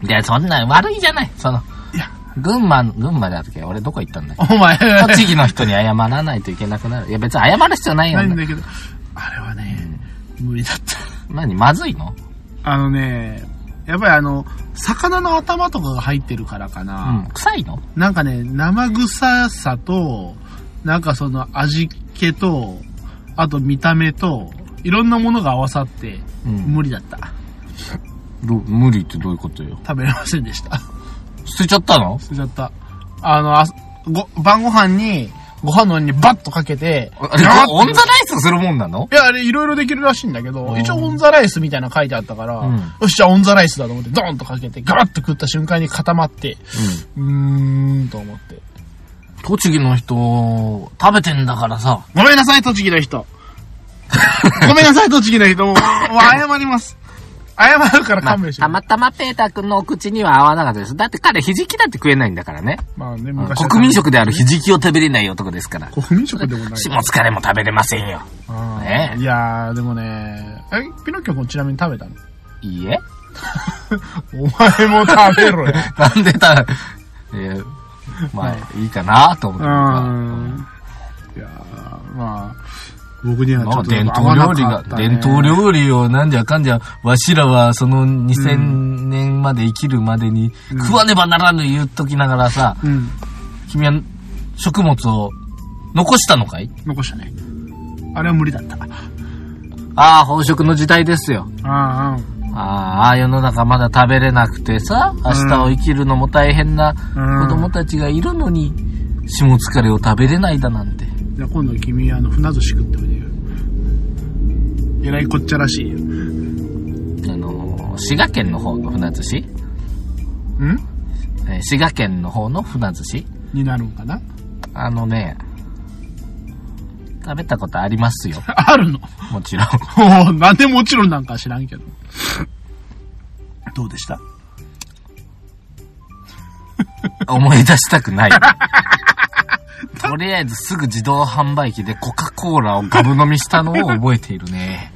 [SPEAKER 1] いや、そんな、悪いじゃない。その、
[SPEAKER 2] いや、
[SPEAKER 1] 群馬、群馬だったっけ俺どこ行ったんだっけ
[SPEAKER 2] お前、
[SPEAKER 1] 栃木の人に謝らないといけなくなる。いや、別に謝る必要ないよ
[SPEAKER 2] ない。んだけど、あれはね、無理だった。
[SPEAKER 1] 何、まずいの
[SPEAKER 2] あのね、やっぱりあの、魚の頭とかが入ってるからか
[SPEAKER 1] う
[SPEAKER 2] な。
[SPEAKER 1] ん。臭いの
[SPEAKER 2] なんかね、生臭さと、なんかその味気と、あと見た目と、いろんなものが合わさって、
[SPEAKER 1] うん
[SPEAKER 2] 無理だった。
[SPEAKER 1] ど無理ってどういうことよ。
[SPEAKER 2] 食べれませんでした。
[SPEAKER 1] 捨てちゃったの
[SPEAKER 2] 捨てちゃった。あの、あご晩ご飯に、ご飯の上にバッとかけて、
[SPEAKER 1] あれ、
[SPEAKER 2] ガーッて
[SPEAKER 1] オンザライスするもんなの
[SPEAKER 2] いや、あれ、いろいろできるらしいんだけど
[SPEAKER 1] う、ん
[SPEAKER 2] 一応オンザライスみたいなの書いてあったから、
[SPEAKER 1] うん
[SPEAKER 2] よし、じゃあオンザライスだと思って、ドーンとかけて、ガーッと食った瞬間に固まって、うーん、と思って。
[SPEAKER 1] 栃木の人、食べてんだからさ。
[SPEAKER 2] ごめんなさい、栃木の人。 *laughs* ごめんなさい、栃木の人。もう、もう謝ります。謝るから
[SPEAKER 1] まあ
[SPEAKER 2] 勘弁して
[SPEAKER 1] た
[SPEAKER 2] くれ。
[SPEAKER 1] またまペーター君のお口には合わなかったです。だって彼、ひじきだって食えないんだからね。
[SPEAKER 2] まあね、
[SPEAKER 1] うん
[SPEAKER 2] 昔は
[SPEAKER 1] 国民。食であるひじきを食べれない男ですから。
[SPEAKER 2] 国民食でもない。
[SPEAKER 1] 下疲れも食べれませんよ。
[SPEAKER 2] うん
[SPEAKER 1] ね
[SPEAKER 2] いやー、でもね、え、ピノキオ君ちなみに食べたの *laughs*
[SPEAKER 1] いいえ
[SPEAKER 2] お前も食べろよ。
[SPEAKER 1] なんでた、えーまあ、いいかなと思って
[SPEAKER 2] う
[SPEAKER 1] 僕は。
[SPEAKER 2] ん。いやー、まあ、僕にはち
[SPEAKER 1] ま
[SPEAKER 2] ょ
[SPEAKER 1] あ、
[SPEAKER 2] っと
[SPEAKER 1] 伝統料理が、伝統
[SPEAKER 2] 理。
[SPEAKER 1] 料理をなんじゃかんじゃ、わしらはその2000年まで生きるまでに、食わねばならぬ言うときながらさ、
[SPEAKER 2] うん。
[SPEAKER 1] 君は食物を残したのかい
[SPEAKER 2] 残したね。あれは無理だった。
[SPEAKER 1] ああ、飽食の時代ですよ。
[SPEAKER 2] あ
[SPEAKER 1] ああ、世の中まだ食べれなくてさ、明日を生きるのも大変な
[SPEAKER 2] うん
[SPEAKER 1] 子供たちがいるのに、下疲れを食べれないだなんて。
[SPEAKER 2] ー、うん。じゃあ今度君、あの、船寿司食っておいでよ。えらいこっちゃらしいよ。ん
[SPEAKER 1] あのー、滋賀県の方の船寿司、えー滋賀県の方の船寿司
[SPEAKER 2] になるんかな *laughs*
[SPEAKER 1] あのね、食べたことありますよ。
[SPEAKER 2] あるの *laughs*
[SPEAKER 1] もちろん。
[SPEAKER 2] おおなんでもちろんなんか知らんけど。どうでした
[SPEAKER 1] 思い出したくない。とりあえずすぐ自動販売機でコカ・コーラをガブ飲みしたのを覚えているね。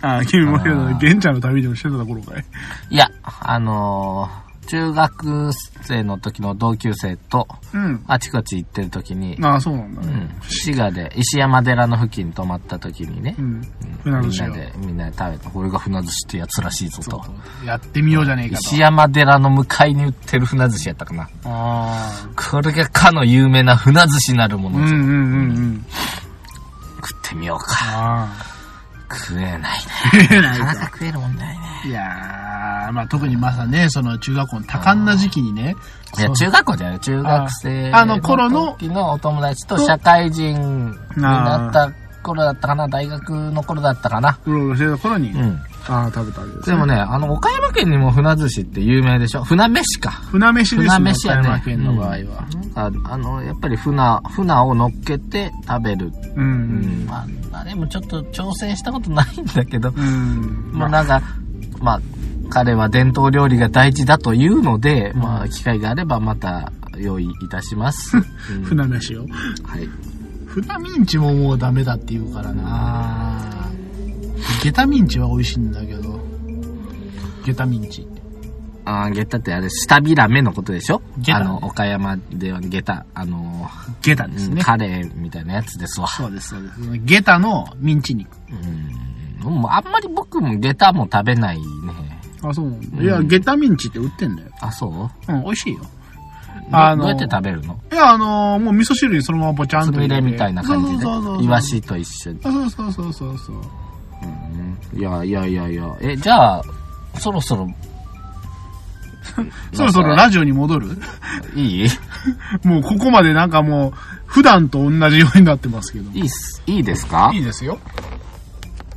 [SPEAKER 2] ああ、 *laughs* 君もけど
[SPEAKER 1] あー、
[SPEAKER 2] 玄ちゃんの旅でもしてた頃かい。
[SPEAKER 1] いや、あのー中学生の時の同級生と
[SPEAKER 2] うん。
[SPEAKER 1] あちこち行ってる時に、
[SPEAKER 2] ああ、そうなんだ
[SPEAKER 1] う
[SPEAKER 2] ね。
[SPEAKER 1] ん、滋賀で石山寺の付近に泊まった時にね
[SPEAKER 2] う、ん。船寿
[SPEAKER 1] みん
[SPEAKER 2] 司
[SPEAKER 1] な
[SPEAKER 2] を。
[SPEAKER 1] で、みんなで食べた。これが船寿司ってやつらしいぞと。
[SPEAKER 2] やってみようじゃねえかと
[SPEAKER 1] 石。山寺の向かいに売ってる船寿司やったかな。
[SPEAKER 2] あ
[SPEAKER 1] これがかの有名な船寿司なるも
[SPEAKER 2] あ。
[SPEAKER 1] の
[SPEAKER 2] うん
[SPEAKER 1] を
[SPEAKER 2] う
[SPEAKER 1] 食
[SPEAKER 2] んうんう
[SPEAKER 1] っ
[SPEAKER 2] ん。
[SPEAKER 1] てみようか。
[SPEAKER 2] ああ。
[SPEAKER 1] 食えないね。
[SPEAKER 2] 言えな
[SPEAKER 1] ないかな
[SPEAKER 2] か
[SPEAKER 1] か食えるもんないね。
[SPEAKER 2] *laughs* いやー、まあ特にまさね、その中学校の多感な時期にね、
[SPEAKER 1] いや、
[SPEAKER 2] そう
[SPEAKER 1] 中学校じゃない中学生
[SPEAKER 2] ああの頃の
[SPEAKER 1] 時のお友達と社会人になった頃だったかな大学の頃だったかな。
[SPEAKER 2] うろうろしてた頃に、
[SPEAKER 1] うん。
[SPEAKER 2] ああ、食べたわけです、
[SPEAKER 1] でもね、あの、岡山県にも船寿司って有名でしょ船飯か。
[SPEAKER 2] 船飯です
[SPEAKER 1] 船飯やね
[SPEAKER 2] 岡山県の場合は。
[SPEAKER 1] ああの、やっぱり船、船を乗っけて食べる。
[SPEAKER 2] う。
[SPEAKER 1] うんん。まあ、あれもちょっと挑戦したことないんだけど、
[SPEAKER 2] うん。
[SPEAKER 1] まあなんか、まあ、彼は伝統料理が大事だというので、まあ、機会があればまた用意いたし *laughs* ます。うん
[SPEAKER 2] 船飯を。
[SPEAKER 1] はい。
[SPEAKER 2] 船ミンチももうダメだって言うからな。ゲタミンチは美味しいんだけど。ゲタミンチ。
[SPEAKER 1] あーゲタってあれ、下ビラメのことでしょ
[SPEAKER 2] ゲタ
[SPEAKER 1] あの、岡山ではゲタ、あのー、
[SPEAKER 2] ゲタです
[SPEAKER 1] うん
[SPEAKER 2] ね。
[SPEAKER 1] カレーみたいなやつですわ。
[SPEAKER 2] そうです、そうです。ゲタのミンチ肉。
[SPEAKER 1] うん。もうあんまり僕もゲタも食べないね。
[SPEAKER 2] あ、そうなんだいや、ゲタミンチって売ってんだよ。
[SPEAKER 1] あ、そう
[SPEAKER 2] うん、美味しいよ。
[SPEAKER 1] あ
[SPEAKER 2] あの
[SPEAKER 1] どうやって食べるの
[SPEAKER 2] いや、あのーもう味噌汁にそのままぼちゃん
[SPEAKER 1] つ
[SPEAKER 2] と入
[SPEAKER 1] み
[SPEAKER 2] れ
[SPEAKER 1] れ
[SPEAKER 2] て
[SPEAKER 1] みたいな感じで
[SPEAKER 2] そうそうそうそ。う
[SPEAKER 1] イワシと一緒に。
[SPEAKER 2] あそうそうそうそうそう。
[SPEAKER 1] いやいやいやいや。え、じゃあ、そろそろ
[SPEAKER 2] そろそろラジオに戻 *laughs* る
[SPEAKER 1] いい
[SPEAKER 2] もうここまでなんかもう、普段と同じようになってますけど。
[SPEAKER 1] いいっす、いいですか
[SPEAKER 2] いいですよ。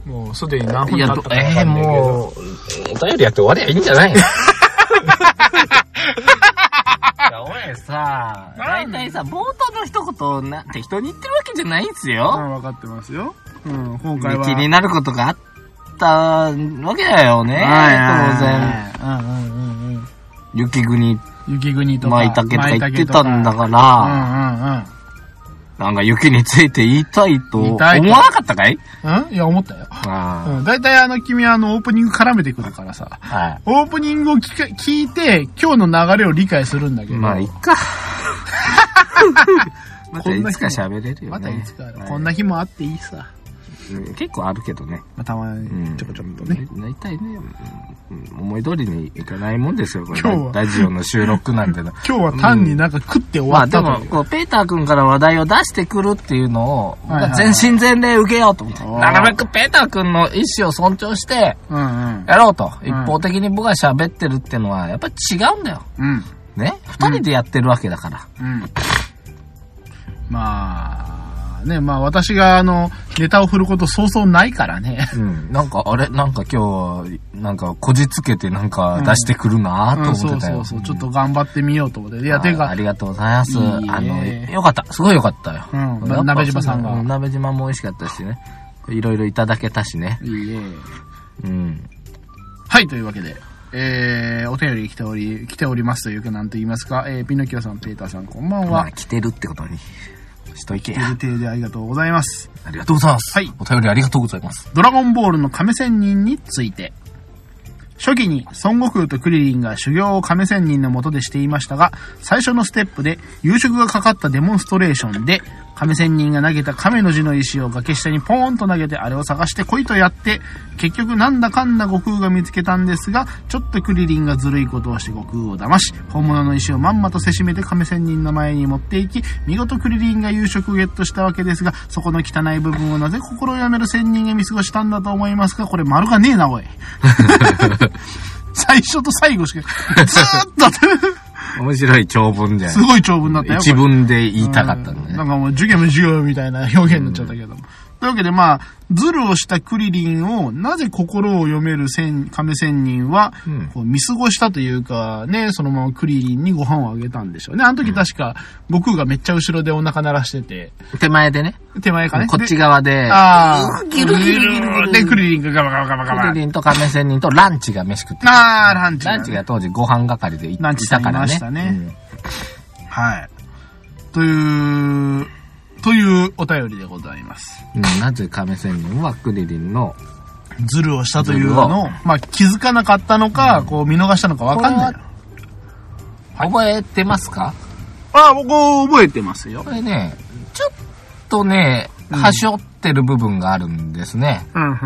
[SPEAKER 2] もうすでに何
[SPEAKER 1] い
[SPEAKER 2] 分
[SPEAKER 1] や、
[SPEAKER 2] 経っ
[SPEAKER 1] ど
[SPEAKER 2] たかわ
[SPEAKER 1] え
[SPEAKER 2] か
[SPEAKER 1] ー、
[SPEAKER 2] んないけど。
[SPEAKER 1] もう、お便りやって終わりゃいいんじゃ
[SPEAKER 2] *laughs*
[SPEAKER 1] ないのいや、お前さ、
[SPEAKER 2] な
[SPEAKER 1] 大
[SPEAKER 2] ん
[SPEAKER 1] 体さ、冒頭の一言なんて人に言ってるわけじゃないんす
[SPEAKER 2] う
[SPEAKER 1] よ。
[SPEAKER 2] ん、分かってますよ。うん、今
[SPEAKER 1] 気
[SPEAKER 2] 回は。
[SPEAKER 1] になることがあったわけだよね。当然。
[SPEAKER 2] はいうんうんうんうん。
[SPEAKER 1] 雪国、
[SPEAKER 2] 雪国とか。
[SPEAKER 1] 舞茸とか言ってたんだ
[SPEAKER 2] 舞茸と
[SPEAKER 1] か
[SPEAKER 2] か。
[SPEAKER 1] ら、なんか雪について言いたいと
[SPEAKER 2] 言
[SPEAKER 1] 思わ
[SPEAKER 2] いたいと
[SPEAKER 1] なかったかい
[SPEAKER 2] うんうんうん。んいや、思ったよ。
[SPEAKER 1] あ
[SPEAKER 2] うん。大体あの、君はあの、オープニング絡めてくるからさ。
[SPEAKER 1] あは
[SPEAKER 2] オープニングを聞か聞いて、今日の流れを理解するんだけ
[SPEAKER 1] い。
[SPEAKER 2] ど。
[SPEAKER 1] まあ、いっか。またいつか喋れるよね。
[SPEAKER 2] またいつかある、
[SPEAKER 1] はい
[SPEAKER 2] こんな日もあっていいさ。
[SPEAKER 1] うん結構あるけどね。
[SPEAKER 2] まあ、たまにちょこちょことね。
[SPEAKER 1] 大体ね、うんうん思い通りにいかないもんですよ、これ
[SPEAKER 2] 今日は
[SPEAKER 1] ラジオの収録なん
[SPEAKER 2] *laughs*
[SPEAKER 1] ての。
[SPEAKER 2] 今日は単になんか食って終
[SPEAKER 1] ま
[SPEAKER 2] わ
[SPEAKER 1] あ
[SPEAKER 2] っ
[SPEAKER 1] で
[SPEAKER 2] たと
[SPEAKER 1] も
[SPEAKER 2] い、う。
[SPEAKER 1] こう、ペーター君から話題を出してくるっていうのを、
[SPEAKER 2] はいはいはい
[SPEAKER 1] 全身全霊受けようと思って、
[SPEAKER 2] おー
[SPEAKER 1] なるべくペーター君の意思を尊重して、
[SPEAKER 2] うん
[SPEAKER 1] やろうと。
[SPEAKER 2] ん
[SPEAKER 1] 一方的に僕が喋ってるってのは、やっぱり違うんだよ。
[SPEAKER 2] うん。うん。
[SPEAKER 1] ね二人でやってるわけだから。
[SPEAKER 2] うん。まあ、ね、まあ私があの、ネタを振ることそうそうないか
[SPEAKER 1] *laughs*
[SPEAKER 2] らね。
[SPEAKER 1] うん。なんか、あれなんか今日、なんか、こじつけてなんか出してくるな
[SPEAKER 2] うん、
[SPEAKER 1] と
[SPEAKER 2] そ
[SPEAKER 1] 思っ
[SPEAKER 2] う
[SPEAKER 1] てたよ。
[SPEAKER 2] そうそう。ちょっと頑張ってみようと思って。いや、て
[SPEAKER 1] あ
[SPEAKER 2] か
[SPEAKER 1] あ、りがとうございます。
[SPEAKER 2] いい
[SPEAKER 1] あの、
[SPEAKER 2] え
[SPEAKER 1] よかった。すごいよかったよ。
[SPEAKER 2] うん
[SPEAKER 1] やっぱ
[SPEAKER 2] 鍋島さんが
[SPEAKER 1] う鍋島も美味しかったしね。いろいろいただけたしね。
[SPEAKER 2] いいえ。
[SPEAKER 1] うん。
[SPEAKER 2] はい、というわけで。えー、お便り来ており、来ておりますというか、なんと言いますか、えー、ピノキオさん、ペーターさん、こんばん
[SPEAKER 1] ま
[SPEAKER 2] は
[SPEAKER 1] あ、。来てるってことにしといけ
[SPEAKER 2] デ
[SPEAKER 1] や。
[SPEAKER 2] ルテーでありがとうございます。
[SPEAKER 1] ありがとうございます。
[SPEAKER 2] はい
[SPEAKER 1] お便りありがとうございます。
[SPEAKER 2] ドラゴンボールの亀仙人について。初期に孫悟空とクリリンが修行を亀仙人の下でしていましたが、最初のステップで夕食がかかったデモンストレーションで、亀仙人が投げた亀の字の石を崖下にポーンと投げてあれを探して来いとやって、結局なんだかんだ悟空が見つけたんですが、ちょっとクリリンがずるいことをして悟空を騙し、本物の石をまんまとせしめて亀仙人の前に持っていき、見事クリリンが夕食をゲットしたわけですが、そこの汚い部分をなぜ心をやめる仙人が見過ごしたんだと思いますかこれ丸がねえな、おい。 *laughs* 最初と最後しか、ずーっと当てる、
[SPEAKER 1] 面白い長文じゃ
[SPEAKER 2] す
[SPEAKER 1] ん。
[SPEAKER 2] ごい長文だったよ。
[SPEAKER 1] 一文で言いたかったの
[SPEAKER 2] うんな
[SPEAKER 1] ね。
[SPEAKER 2] んかもう、授業も授業みたいな表現になっちゃったけども。というわけで、まあ、ズルをしたクリリンを、なぜ心を読める仙亀仙人は、
[SPEAKER 1] うん
[SPEAKER 2] こう見過ごしたというか、ね、そのままクリリンにご飯をあげたんでしょうね。あの時確か、悟空がめっちゃ後ろでお腹鳴らしてて、
[SPEAKER 1] 手前でね。
[SPEAKER 2] 手前かね。
[SPEAKER 1] こっち
[SPEAKER 2] が。
[SPEAKER 1] 側で、
[SPEAKER 2] ああ、
[SPEAKER 1] ギルギルギルギル
[SPEAKER 2] で、クリリンがガバガバガバガ
[SPEAKER 1] ク
[SPEAKER 2] バ。
[SPEAKER 1] リリンと亀仙人とランチが飯食ってた。
[SPEAKER 2] ああ、ランチだ
[SPEAKER 1] ラ
[SPEAKER 2] ね。
[SPEAKER 1] ンチが当時ご飯係で行
[SPEAKER 2] ラ
[SPEAKER 1] っ
[SPEAKER 2] ン
[SPEAKER 1] て
[SPEAKER 2] チさ
[SPEAKER 1] た
[SPEAKER 2] んい
[SPEAKER 1] から
[SPEAKER 2] ま
[SPEAKER 1] ね。
[SPEAKER 2] したねはい。という、というお便りでございます。
[SPEAKER 1] うん。うんなぜ亀仙人はクリリンの
[SPEAKER 2] ズルをしたというのを、まあ気づかなかったのか、こう見逃したのかわかんない
[SPEAKER 1] こ。覚えてますか、
[SPEAKER 2] あ、僕覚えてますよ。
[SPEAKER 1] これね、ちょっとね、はし折ってる部分があるんですね。
[SPEAKER 2] うん、うん、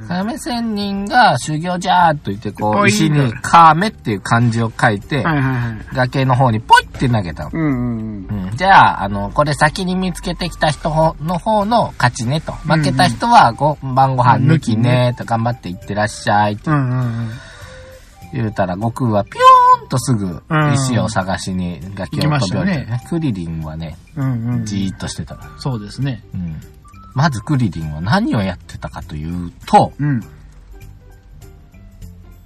[SPEAKER 2] うん。
[SPEAKER 1] 亀仙人が修行じゃーっと言って、こう、
[SPEAKER 2] ポイン
[SPEAKER 1] 石に、カーメっていう漢字を書いて、
[SPEAKER 2] はいはいはい。
[SPEAKER 1] 崖の方にポイって投げたの。
[SPEAKER 2] うん、うん。
[SPEAKER 1] うん、じゃあ、あの、これ先に見つけてきた人の方の勝ちねと。負けた人はご、晩ご飯抜きねと頑張っていってらっしゃいって
[SPEAKER 2] うん、うん。
[SPEAKER 1] 言うたら、悟空はピョーンとすぐ石を探しに崖を飛び降りて
[SPEAKER 2] 行きましたね
[SPEAKER 1] クリリンはね、
[SPEAKER 2] うん、うん。
[SPEAKER 1] じーっとしてたの。
[SPEAKER 2] そうですね。
[SPEAKER 1] うん。まずクリリンは何をやってたかというと、
[SPEAKER 2] うん。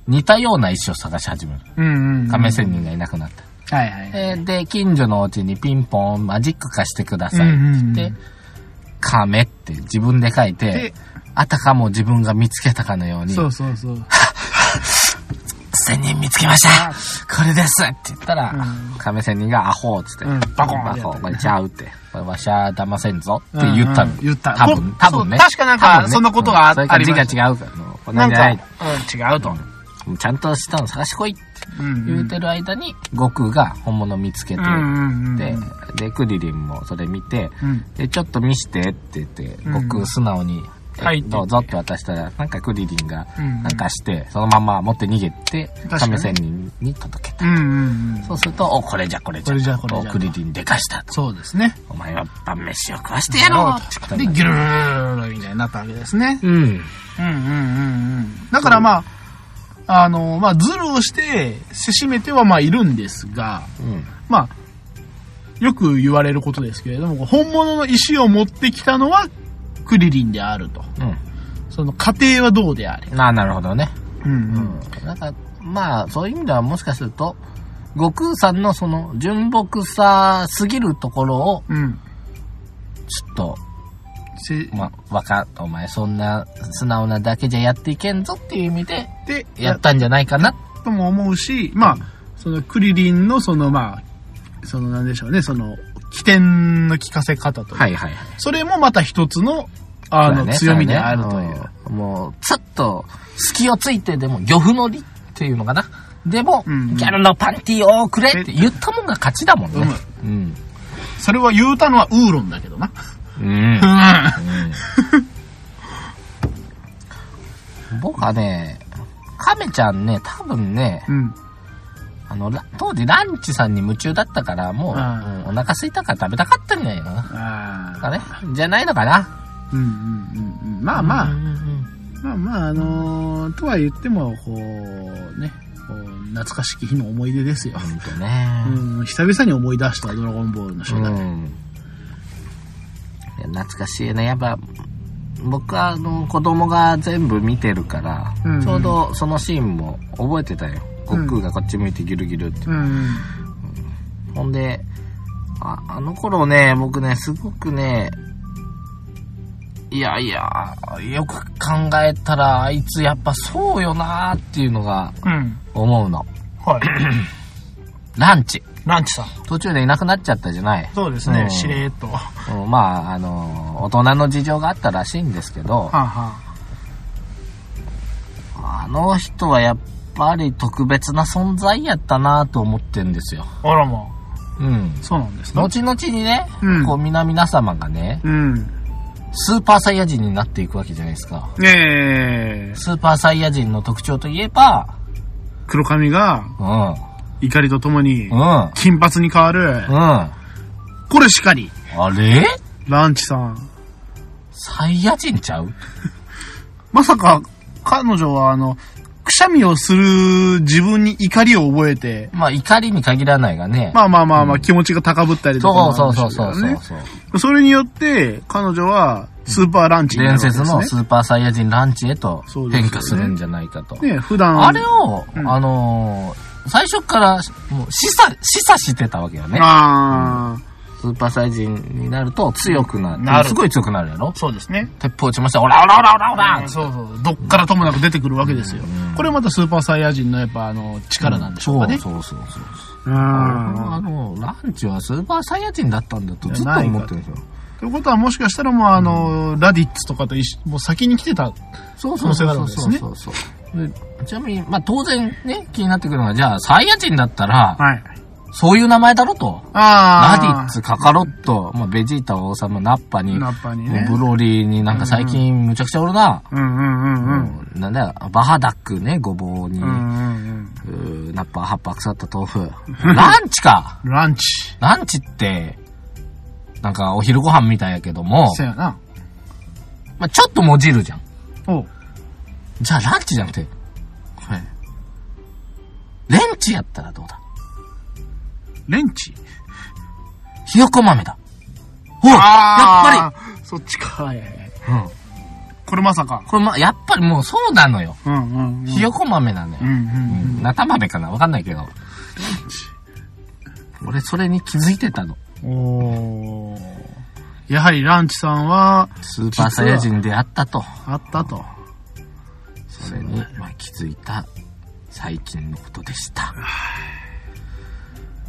[SPEAKER 1] 似たような石を探し始める。
[SPEAKER 2] うん、うん。
[SPEAKER 1] 亀仙人がいなくなった。
[SPEAKER 2] はいはい。
[SPEAKER 1] えーで、近所のお家にピンポンマジック化してくださいって言って、
[SPEAKER 2] うんうんうん
[SPEAKER 1] 亀って自分で書いて
[SPEAKER 2] で、
[SPEAKER 1] あたかも自分が見つけたかのように、
[SPEAKER 2] そうそうそう。
[SPEAKER 1] 仙人見つけましたこれですって言ったら、
[SPEAKER 2] うん
[SPEAKER 1] 亀仙人がアホっつって、
[SPEAKER 2] うん
[SPEAKER 1] バコンバ
[SPEAKER 2] バコ
[SPEAKER 1] コ
[SPEAKER 2] ン
[SPEAKER 1] ン、これちゃうって、これわしゃ騙せんぞって言ったの。
[SPEAKER 2] うんうん言った
[SPEAKER 1] 多分、
[SPEAKER 2] こ
[SPEAKER 1] 多分ね。
[SPEAKER 2] そう確かなんか
[SPEAKER 1] 多分ね
[SPEAKER 2] そんなことがあ
[SPEAKER 1] うんそれから
[SPEAKER 2] ありまし
[SPEAKER 1] 字が違うから、もうこんな
[SPEAKER 2] なんん
[SPEAKER 1] じゃな
[SPEAKER 2] か、
[SPEAKER 1] い。
[SPEAKER 2] うん違うと。
[SPEAKER 1] ちゃんとしたの探しこいって
[SPEAKER 2] うんうん
[SPEAKER 1] 言うてる間に、悟空が本物見つけて、
[SPEAKER 2] うんうん
[SPEAKER 1] で、で、クリリンもそれ見て、
[SPEAKER 2] うん
[SPEAKER 1] で、ちょっと見してって言って、
[SPEAKER 2] うん
[SPEAKER 1] 悟空素直に、え
[SPEAKER 2] はい
[SPEAKER 1] どうぞって渡したら、なんかクリリンが、
[SPEAKER 2] うんうん
[SPEAKER 1] なんかして、そのまま持って逃げて
[SPEAKER 2] 確、かに
[SPEAKER 1] 亀仙人に届けた。
[SPEAKER 2] うんうんうん。
[SPEAKER 1] そうすると、お、これじゃこれじゃ。
[SPEAKER 2] これじゃこれじゃ
[SPEAKER 1] おクリリンでかしたと。
[SPEAKER 2] そうですね。
[SPEAKER 1] お前は晩飯を食わしてやろうって言ったん
[SPEAKER 2] で、
[SPEAKER 1] だ
[SPEAKER 2] ギュルルルルルみたいになったわけですね。
[SPEAKER 1] うん。
[SPEAKER 2] うんうんうんうん。だからまあ、あの、まあ、ズルをして、せしめてはまあいるんですが、
[SPEAKER 1] うん。
[SPEAKER 2] まあ、よく言われることですけれども、本物の石を持ってきたのはクリリンであると。その過程はどうであれ
[SPEAKER 1] う。ん。なあ、なるほどね。
[SPEAKER 2] うんうん。
[SPEAKER 1] うん。なんか、まあ、そういう意味ではもしかすると、悟空さんのその、純朴さすぎるところを、
[SPEAKER 2] うん。
[SPEAKER 1] ちょっと、
[SPEAKER 2] せ
[SPEAKER 1] ま、わか、お前そんな素直なだけじゃやっていけんぞっていう意味で、
[SPEAKER 2] で、
[SPEAKER 1] やったんじゃないかな。
[SPEAKER 2] とも思うし、まあ、そのクリリンのそのまあ、そのなんでしょうね、その、起点の聞かせ方というか
[SPEAKER 1] いはいはい。
[SPEAKER 2] それもまた一つの、あの、強みであるという。
[SPEAKER 1] う。もう、ちょっと、隙をついてでも、漁夫のりっていうのかな。でも、
[SPEAKER 2] うんうん
[SPEAKER 1] ギャルのパンティをくれって言ったもんが勝ちだもんね。うん。
[SPEAKER 2] それは言うたのはウーロンだけどな。
[SPEAKER 1] うん
[SPEAKER 2] う。ん。
[SPEAKER 1] 僕はね、亀ちゃんね、多分ね、
[SPEAKER 2] うん。
[SPEAKER 1] あの、ら当時ランチさんに夢中だったから、もう、う
[SPEAKER 2] あ
[SPEAKER 1] んお腹空いたから食べたかったんじゃないかな。
[SPEAKER 2] あ
[SPEAKER 1] か
[SPEAKER 2] あ。
[SPEAKER 1] ね、じゃないのかな。
[SPEAKER 2] うんうんうんうん。まあまあ、
[SPEAKER 1] うん
[SPEAKER 2] まあまあ、あのーとは言っても、こう、ね、こう、懐かしき日の思い出ですよ。
[SPEAKER 1] ほんと
[SPEAKER 2] う
[SPEAKER 1] ね。
[SPEAKER 2] ん、久々に思い出したドラゴンボールの
[SPEAKER 1] う
[SPEAKER 2] 初代。
[SPEAKER 1] ん。いや懐かしいね。やっぱ、僕は、あの、子供が全部見てるから、
[SPEAKER 2] うん
[SPEAKER 1] ちょうどそのシーンも覚えてたよ。
[SPEAKER 2] うん
[SPEAKER 1] 悟空がこっち向いてギュルギュルって。
[SPEAKER 2] うん。うん。
[SPEAKER 1] ほんで、ああの頃ね、僕ね、すごくね、いやいや、よく考えたら、あいつやっぱそうよなーっていうのが
[SPEAKER 2] うん。
[SPEAKER 1] 思うの。
[SPEAKER 2] はい。
[SPEAKER 1] ランチ。
[SPEAKER 2] ランチさん。
[SPEAKER 1] 途中でいなくなっちゃったじゃない。
[SPEAKER 2] そうです
[SPEAKER 1] う
[SPEAKER 2] ね
[SPEAKER 1] ん、
[SPEAKER 2] しれーっと。は
[SPEAKER 1] うんまあ、あの、大人の事情があったらしいんですけど、
[SPEAKER 2] あ、は
[SPEAKER 1] あの人はやっぱり特別な存在やったなと思ってんですよ。
[SPEAKER 2] あ、あらま
[SPEAKER 1] うん。
[SPEAKER 2] あ。そうなんですね。
[SPEAKER 1] 後々にね、
[SPEAKER 2] うん
[SPEAKER 1] こう、皆々様がね、
[SPEAKER 2] うん。
[SPEAKER 1] スーパーサイヤ人になっていくわけじゃないですか。
[SPEAKER 2] ええ
[SPEAKER 1] スーパーサイヤ人の特徴といえば、
[SPEAKER 2] 黒髪が
[SPEAKER 1] うん、
[SPEAKER 2] 怒りとともに
[SPEAKER 1] うん、う、ん。
[SPEAKER 2] 金髪に変わる。
[SPEAKER 1] あ
[SPEAKER 2] これしかり。
[SPEAKER 1] れ
[SPEAKER 2] ランチさん。
[SPEAKER 1] サイヤ人ちゃう
[SPEAKER 2] まさか、彼女はあの、くしゃみをする自分に怒りを覚えて、
[SPEAKER 1] まあ、怒りに限らないがね。
[SPEAKER 2] まあまあまあまあ気持ちが高ぶったりとかも
[SPEAKER 1] そう
[SPEAKER 2] ある
[SPEAKER 1] そ
[SPEAKER 2] ん
[SPEAKER 1] う
[SPEAKER 2] でし
[SPEAKER 1] そ
[SPEAKER 2] ょ
[SPEAKER 1] うそうう
[SPEAKER 2] けどね
[SPEAKER 1] そうそう。
[SPEAKER 2] それによって、彼女はスーパーランチになる
[SPEAKER 1] 伝
[SPEAKER 2] わけで
[SPEAKER 1] 説
[SPEAKER 2] すね。
[SPEAKER 1] のスーパーサイヤ人ランチへと
[SPEAKER 2] そうですよね
[SPEAKER 1] 変化するんじゃないかと。
[SPEAKER 2] ね、普段。
[SPEAKER 1] あれを、
[SPEAKER 2] うん
[SPEAKER 1] あのー最初からもう示唆、示唆してたわけよね。
[SPEAKER 2] あ
[SPEAKER 1] スーパーサイヤ人になると強くなる。
[SPEAKER 2] なる
[SPEAKER 1] すごい強くなるやろ
[SPEAKER 2] ーそうですね。
[SPEAKER 1] 鉄砲撃ちました。オラオラオラオラオラ、
[SPEAKER 2] うんそうそう。どっからともなく出てくるわけですよ。これまたスーパーサイヤ人のやっぱあの、力なんでしょうかね。
[SPEAKER 1] そうそうそうそう。
[SPEAKER 2] う
[SPEAKER 1] あの、ランチはスーパーサイヤ人だったんだとずっと思ってるんですよ。
[SPEAKER 2] ということはもしかしたらもうあの、ラディッツとかと一緒、もう先に来てた。
[SPEAKER 1] そう
[SPEAKER 2] そうそうそう
[SPEAKER 1] そうそうそうそう。でちなみに、まあ当然ね、気になってくるのは、じゃあ、サイヤ人だったら、
[SPEAKER 2] はい。
[SPEAKER 1] そういう名前だろと。
[SPEAKER 2] あ
[SPEAKER 1] ナ
[SPEAKER 2] あ。
[SPEAKER 1] ディッツ、カカロット、まあ、ベジータ、王様、ナッパに、
[SPEAKER 2] ナッパにね
[SPEAKER 1] ブロリーになんか最近むちゃくちゃおるな。
[SPEAKER 2] うんうんうんうん。
[SPEAKER 1] うんなんだよ、バハダックね、ごぼうに、
[SPEAKER 2] うんうん
[SPEAKER 1] うーナッパ、葉っぱ、腐った豆腐。ランチか
[SPEAKER 2] うん。ランチ。
[SPEAKER 1] ランチって、なんかお昼ご飯みたいやけども、
[SPEAKER 2] そやな。
[SPEAKER 1] まあ、ちょっともじるじゃん。
[SPEAKER 2] おう。
[SPEAKER 1] じゃあランチじゃなくて、これ、レンチやったらどうだ
[SPEAKER 2] レンチ
[SPEAKER 1] ひよこ豆だ。ほらやっぱ
[SPEAKER 2] っぱりそっちか。はいはいはい
[SPEAKER 1] り、うん、
[SPEAKER 2] これまさか。
[SPEAKER 1] これま、やっぱりもうそうなのよ。
[SPEAKER 2] うんうんうん。
[SPEAKER 1] ひよこ豆なのよ
[SPEAKER 2] うん。うん。
[SPEAKER 1] うんナタ豆かなわかんないけど。俺、それに気づいてたの。
[SPEAKER 2] おーやはりランチさんは、
[SPEAKER 1] スーパーサイヤ人であったと。
[SPEAKER 2] あったと。
[SPEAKER 1] それに、まあ、気づいた最近のことでした。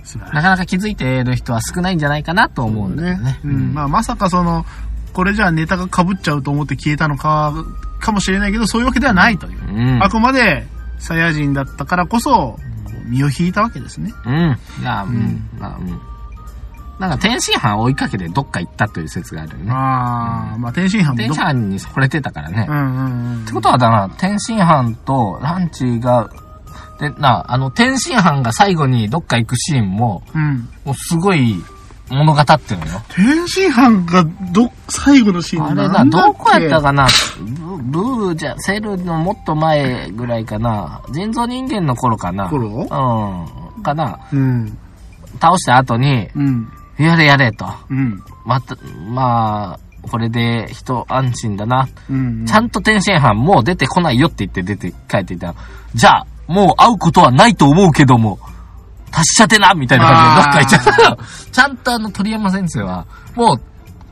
[SPEAKER 2] 素晴らし
[SPEAKER 1] なかなか気づいてる人は少ないんじゃないかなと思うん
[SPEAKER 2] い
[SPEAKER 1] だよ
[SPEAKER 2] ね。
[SPEAKER 1] ね。
[SPEAKER 2] うん。まあ、まさかその、これじゃあネタが被っちゃうと思って消えたのか、かもしれないけど、そういうわけではないという。
[SPEAKER 1] うん。
[SPEAKER 2] あくまで、サイヤ人だったからこそ、こう身を引いたわけですね。
[SPEAKER 1] うん。いや、うん。まあ、うん。なんか、天津飯追いかけてどっか行ったという説があるよね。
[SPEAKER 2] ああ、まあ、天津飯も
[SPEAKER 1] 天
[SPEAKER 2] ど
[SPEAKER 1] 津飯に惚れてたからね。
[SPEAKER 2] うんうんうん
[SPEAKER 1] って。ことはだな、天津飯とランチが、で、な、あの、天津飯が最後にどっか行くシーンも、
[SPEAKER 2] うん。
[SPEAKER 1] もうすごい物語ってるのよ。
[SPEAKER 2] 天津飯が、ど、最後のシーン
[SPEAKER 1] あれ
[SPEAKER 2] な
[SPEAKER 1] だ、
[SPEAKER 2] んだっけ
[SPEAKER 1] どこやったかなブブーじゃ、セルのもっと前ぐらいかな。人造人間の頃かな。
[SPEAKER 2] 頃
[SPEAKER 1] うん。かな。
[SPEAKER 2] うん。
[SPEAKER 1] 倒した後に、
[SPEAKER 2] うん。
[SPEAKER 1] やれやれと。
[SPEAKER 2] うん。
[SPEAKER 1] また、まあ、これで人安心だな。
[SPEAKER 2] うん。
[SPEAKER 1] ちゃんと天津飯もう出てこないよって言って出て帰っていたら、じゃあ、もう会うことはないと思うけども、達者てなみたいな感じでどっか行っちゃった。 *laughs* ちゃんとあの鳥山先生は、もう、 *laughs*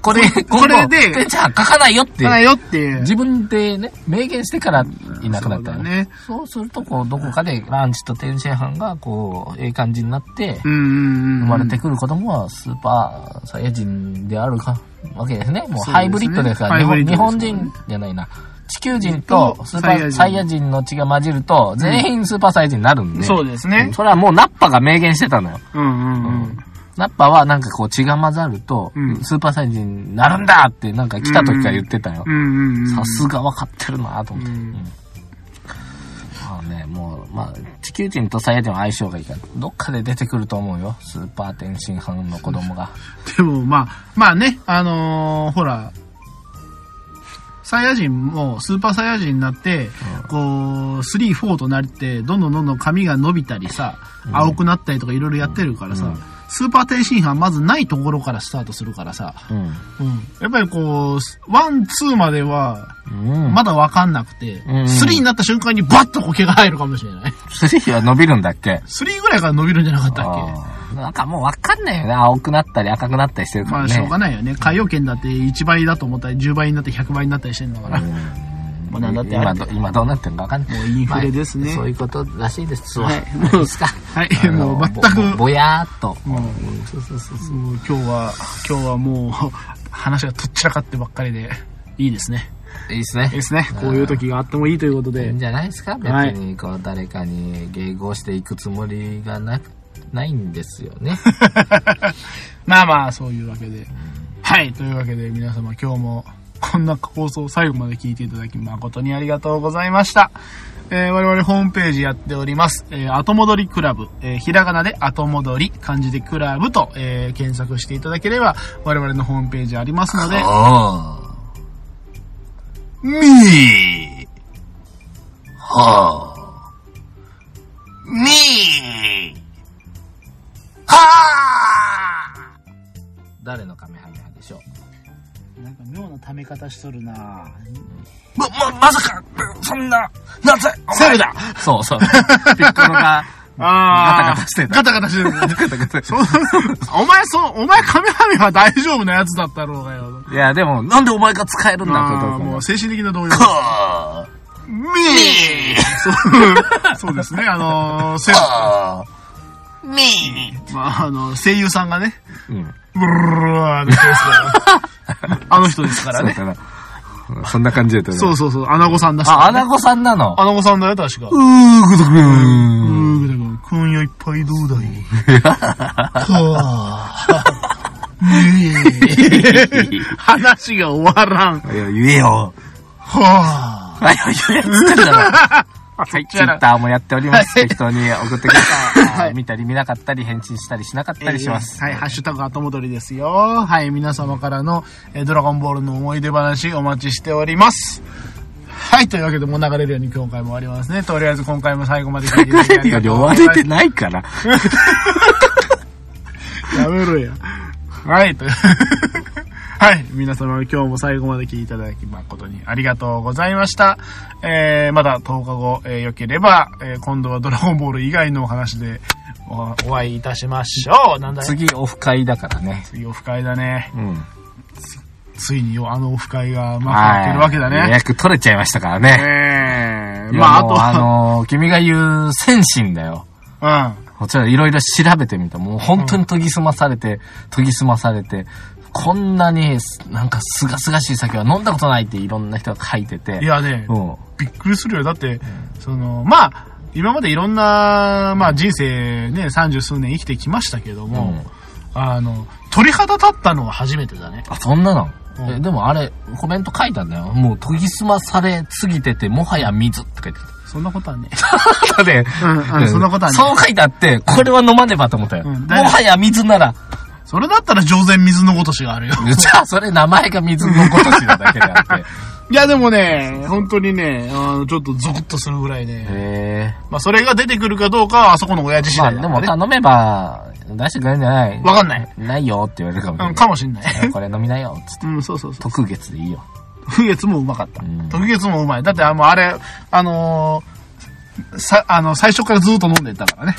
[SPEAKER 1] これ、
[SPEAKER 2] ここれで
[SPEAKER 1] じゃあ書かないよって
[SPEAKER 2] だ、よっていう。
[SPEAKER 1] 自分でね、明言してからいなくなった
[SPEAKER 2] そう
[SPEAKER 1] よ
[SPEAKER 2] だ
[SPEAKER 1] ね。
[SPEAKER 2] ね。
[SPEAKER 1] そうすると、こう、どこかでランチと天津飯が、こう、ええ感じになって、
[SPEAKER 2] うんうんうん。
[SPEAKER 1] 生まれてくる子供はスーパーサイヤ人であるかわけですね。もうハイブリッドですから、日
[SPEAKER 2] そう
[SPEAKER 1] 本
[SPEAKER 2] です
[SPEAKER 1] 日
[SPEAKER 2] ねハイブ
[SPEAKER 1] 本
[SPEAKER 2] リッドですからね
[SPEAKER 1] 人じゃないな。地球人とスーパーサ
[SPEAKER 2] サ
[SPEAKER 1] イ
[SPEAKER 2] イ
[SPEAKER 1] ヤ
[SPEAKER 2] ヤ
[SPEAKER 1] 人の血が混じると、全員スーパーサイヤ人になるんで。
[SPEAKER 2] そうですね。
[SPEAKER 1] それはもうナッパが明言してたのよ。
[SPEAKER 2] うんうんうん。
[SPEAKER 1] ナッパはなんかこう血が混ざると
[SPEAKER 2] うん、
[SPEAKER 1] スーパーサイヤ人になるんだってなんか来た時から言ってたよ
[SPEAKER 2] う。んうんうん。
[SPEAKER 1] さすが分かってるなと思って。
[SPEAKER 2] うん
[SPEAKER 1] うんまあね、もう、まあ、地球人とサイヤ人は相性がいいから、どっかで出てくると思うよ。スーパー天津飯の子供が。
[SPEAKER 2] でもまあ、まあね、あのーほら、サイヤ人もスーパーサイヤ人になって、こう、3、4となって、どんどんどんどん髪が伸びたりさ、青くなったりとかいろいろやってるからさ、スーパー天津飯まずないところからスタートするからさ、
[SPEAKER 1] うん。
[SPEAKER 2] やっぱりこう、ワン、ツーまでは、
[SPEAKER 1] うん。
[SPEAKER 2] まだわかんなくて、
[SPEAKER 1] んうん
[SPEAKER 2] スリーになった瞬間にバッとこう毛が入るかもしれない。
[SPEAKER 1] スリーは伸びるんだっけ
[SPEAKER 2] スリーぐらいから伸びるんじゃなかったっけ
[SPEAKER 1] あーなんかもうわかんないよね。青くなったり赤くなったりしてるか
[SPEAKER 2] ま
[SPEAKER 1] ら
[SPEAKER 2] あ、
[SPEAKER 1] ね。
[SPEAKER 2] しょうがないよね。海洋圏だって1倍だと思ったり、10倍になって100倍になったりしてんだから。まあ、なんだってあ
[SPEAKER 1] 今
[SPEAKER 2] れ
[SPEAKER 1] ど今どうなってるかわかんない。
[SPEAKER 2] もうインフレですね
[SPEAKER 1] まあそういうことらしいですわ。
[SPEAKER 2] はい
[SPEAKER 1] いいですか。
[SPEAKER 2] はい
[SPEAKER 1] あ、の
[SPEAKER 2] *laughs* もう全く、
[SPEAKER 1] ぼぼ
[SPEAKER 2] も
[SPEAKER 1] ぼやーっと。
[SPEAKER 2] うもう今日は、今日はもう、話がとっちらかってばっかりで、いいですね。
[SPEAKER 1] いいです
[SPEAKER 2] いい
[SPEAKER 1] ね
[SPEAKER 2] で。すね。こういう時があってもいいということ
[SPEAKER 1] いい
[SPEAKER 2] で
[SPEAKER 1] ん。じゃないですか別
[SPEAKER 2] はい
[SPEAKER 1] にこう誰かに迎合していくつもりがなくないんですよね。
[SPEAKER 2] *laughs* まあまあ、そういうわけで。はい、というわけで皆様今日もこんな放送を最後まで聞いていただき誠にありがとうございました。えー我々ホームページやっております。えー後戻りクラブ。えーひらがなで後戻り、漢字でクラブと、えー検索していただければ我々のホームページありますので、
[SPEAKER 1] ああ。みー。はあ。みー。はあ。誰のカメハメハでしょう
[SPEAKER 2] なんか妙なため方しとるな
[SPEAKER 1] ま、ま、まさか、そんな、なぜ
[SPEAKER 2] セルだ
[SPEAKER 1] そうそう。ピッコロが、
[SPEAKER 2] あ
[SPEAKER 1] ガタガタして
[SPEAKER 2] ガタガタしてる。
[SPEAKER 1] ガタガタ
[SPEAKER 2] *laughs* そうお前、そう、お前カメハメは大丈夫なやつだったろうがよ。
[SPEAKER 1] いや、でも、なんでお前が使えるんだってこ
[SPEAKER 2] ああ、
[SPEAKER 1] と
[SPEAKER 2] も
[SPEAKER 1] も
[SPEAKER 2] う。精神的な動揺。
[SPEAKER 1] はあ。
[SPEAKER 2] みーそうですね、あのー、せ
[SPEAKER 1] はあ。みー。
[SPEAKER 2] まあ、あの、声優さんがね、
[SPEAKER 1] うん。
[SPEAKER 2] ブルルルルルーって言うんですけどあの人ですからね。
[SPEAKER 1] そうだなうんそんな感じで。
[SPEAKER 2] そうそうそう、アナゴさんだし。
[SPEAKER 1] あ、アナゴさんなの。
[SPEAKER 2] アナゴさんだよ、確か。
[SPEAKER 1] うーぐとく
[SPEAKER 2] うーぐだぐだ、今夜いっぱいどうだい。 *laughs* 話が終わらん。
[SPEAKER 3] いや、言えよ。
[SPEAKER 2] は
[SPEAKER 1] あ、いや、言えっつってんだろ。はい、ツイ
[SPEAKER 2] ちら
[SPEAKER 1] ッターもやっております。
[SPEAKER 2] はい
[SPEAKER 1] 適当に送ってくださ
[SPEAKER 2] はい
[SPEAKER 1] い。見たり見なかったり、返信したりしなかったりします。
[SPEAKER 2] はい、ハッシュタグ後戻りですよ。はい、皆様からの、えードラゴンボールの思い出話お待ちしております。はい、というわけでもう流れるように今回も終わりますね。とりあえず今回も最後まで聞いていただきありがとうございます
[SPEAKER 1] ないから。
[SPEAKER 2] やめろや。はい、と *laughs* はい、皆様今日も最後まで聞いていただき誠にありがとうございました。えー、また10日後、えー、よければ、えー、今度はドラゴンボール以外のお話でおお会いいたしましょう。なんだい
[SPEAKER 1] 次、オフ会だからね。
[SPEAKER 2] 次オフ会だね。
[SPEAKER 1] うん。
[SPEAKER 2] ついによ、あのオフ会が待ってるわけだ
[SPEAKER 1] はい予
[SPEAKER 2] ね。
[SPEAKER 1] 約取れちゃいましたからね。
[SPEAKER 2] えー、
[SPEAKER 1] ま
[SPEAKER 2] ま
[SPEAKER 1] あ、
[SPEAKER 2] あ
[SPEAKER 1] あと。あ
[SPEAKER 2] あと
[SPEAKER 1] のー君が言う、先進だよ。
[SPEAKER 2] は、 *laughs* うん。
[SPEAKER 1] こちらいろいろ調べてみた。もう本当に研ぎ澄まされて、研ぎ澄まされて、こんなに、なんか、すがすがしい酒は飲んだことないっていろんな人が書いてて。
[SPEAKER 2] いやね、
[SPEAKER 1] うん。
[SPEAKER 2] びっくりするよ。だって、その、まあ、今までいろんな、まあ人生ね、三十数年生きてきましたけども、
[SPEAKER 1] うん
[SPEAKER 2] あの、鳥肌立ったのは初めてだね。
[SPEAKER 1] あ、そんなの、
[SPEAKER 2] うん
[SPEAKER 1] えでもあれ、コメント書いたんだよ。もう研ぎ澄まされすぎてて、もはや水って書いて
[SPEAKER 2] そんなことはね。 *laughs*
[SPEAKER 1] た。だね、
[SPEAKER 2] うん、
[SPEAKER 1] *laughs*
[SPEAKER 2] うん、そんなことはね。
[SPEAKER 1] そう書いてあって、これは飲まねばと思ったよ。
[SPEAKER 2] うんだよ
[SPEAKER 1] もはや水なら、
[SPEAKER 2] それだったら上善水のごとしがあるよ。
[SPEAKER 1] じゃあそれ名前が水のごとしなだけであって。
[SPEAKER 2] *laughs* いや、でもね、本当にね、あの、ちょっとゾクッとするぐらいね。
[SPEAKER 1] へ
[SPEAKER 2] まあ、それが出てくるかどうかは、あそこの親父
[SPEAKER 1] え
[SPEAKER 2] 次
[SPEAKER 1] まあ
[SPEAKER 2] 第
[SPEAKER 1] で
[SPEAKER 2] だ
[SPEAKER 1] も
[SPEAKER 2] からね。
[SPEAKER 1] 頼めば、出してくれるんじゃない
[SPEAKER 2] わかんない。
[SPEAKER 1] ないよって言われるかもし
[SPEAKER 2] う
[SPEAKER 1] れ
[SPEAKER 2] ん、
[SPEAKER 1] な
[SPEAKER 2] かもしんない。
[SPEAKER 1] *laughs* い。これ飲みなよ、つって。
[SPEAKER 2] うん、そうそうそう。
[SPEAKER 1] 特月でいいよ。
[SPEAKER 2] 特月もうまかった
[SPEAKER 1] うん。
[SPEAKER 2] 特月もうまい。だってあの、あれ、あのーさ、あの、最初からずっと飲んでたからね。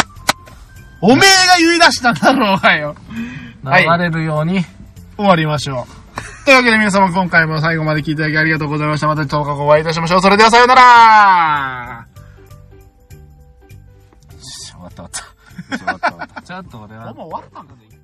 [SPEAKER 2] おめえが言い出したんだろうがよ。
[SPEAKER 1] 流
[SPEAKER 2] はい
[SPEAKER 1] れるように、
[SPEAKER 2] 終わりましょう。というわけで皆様今回も最後まで聞いていただきありがとうございました。また10日後お会いいたしましょう。それではさようなら
[SPEAKER 1] 終わった終わった。終わった終わった。ちょっと俺は
[SPEAKER 2] もう終わったんだぜ。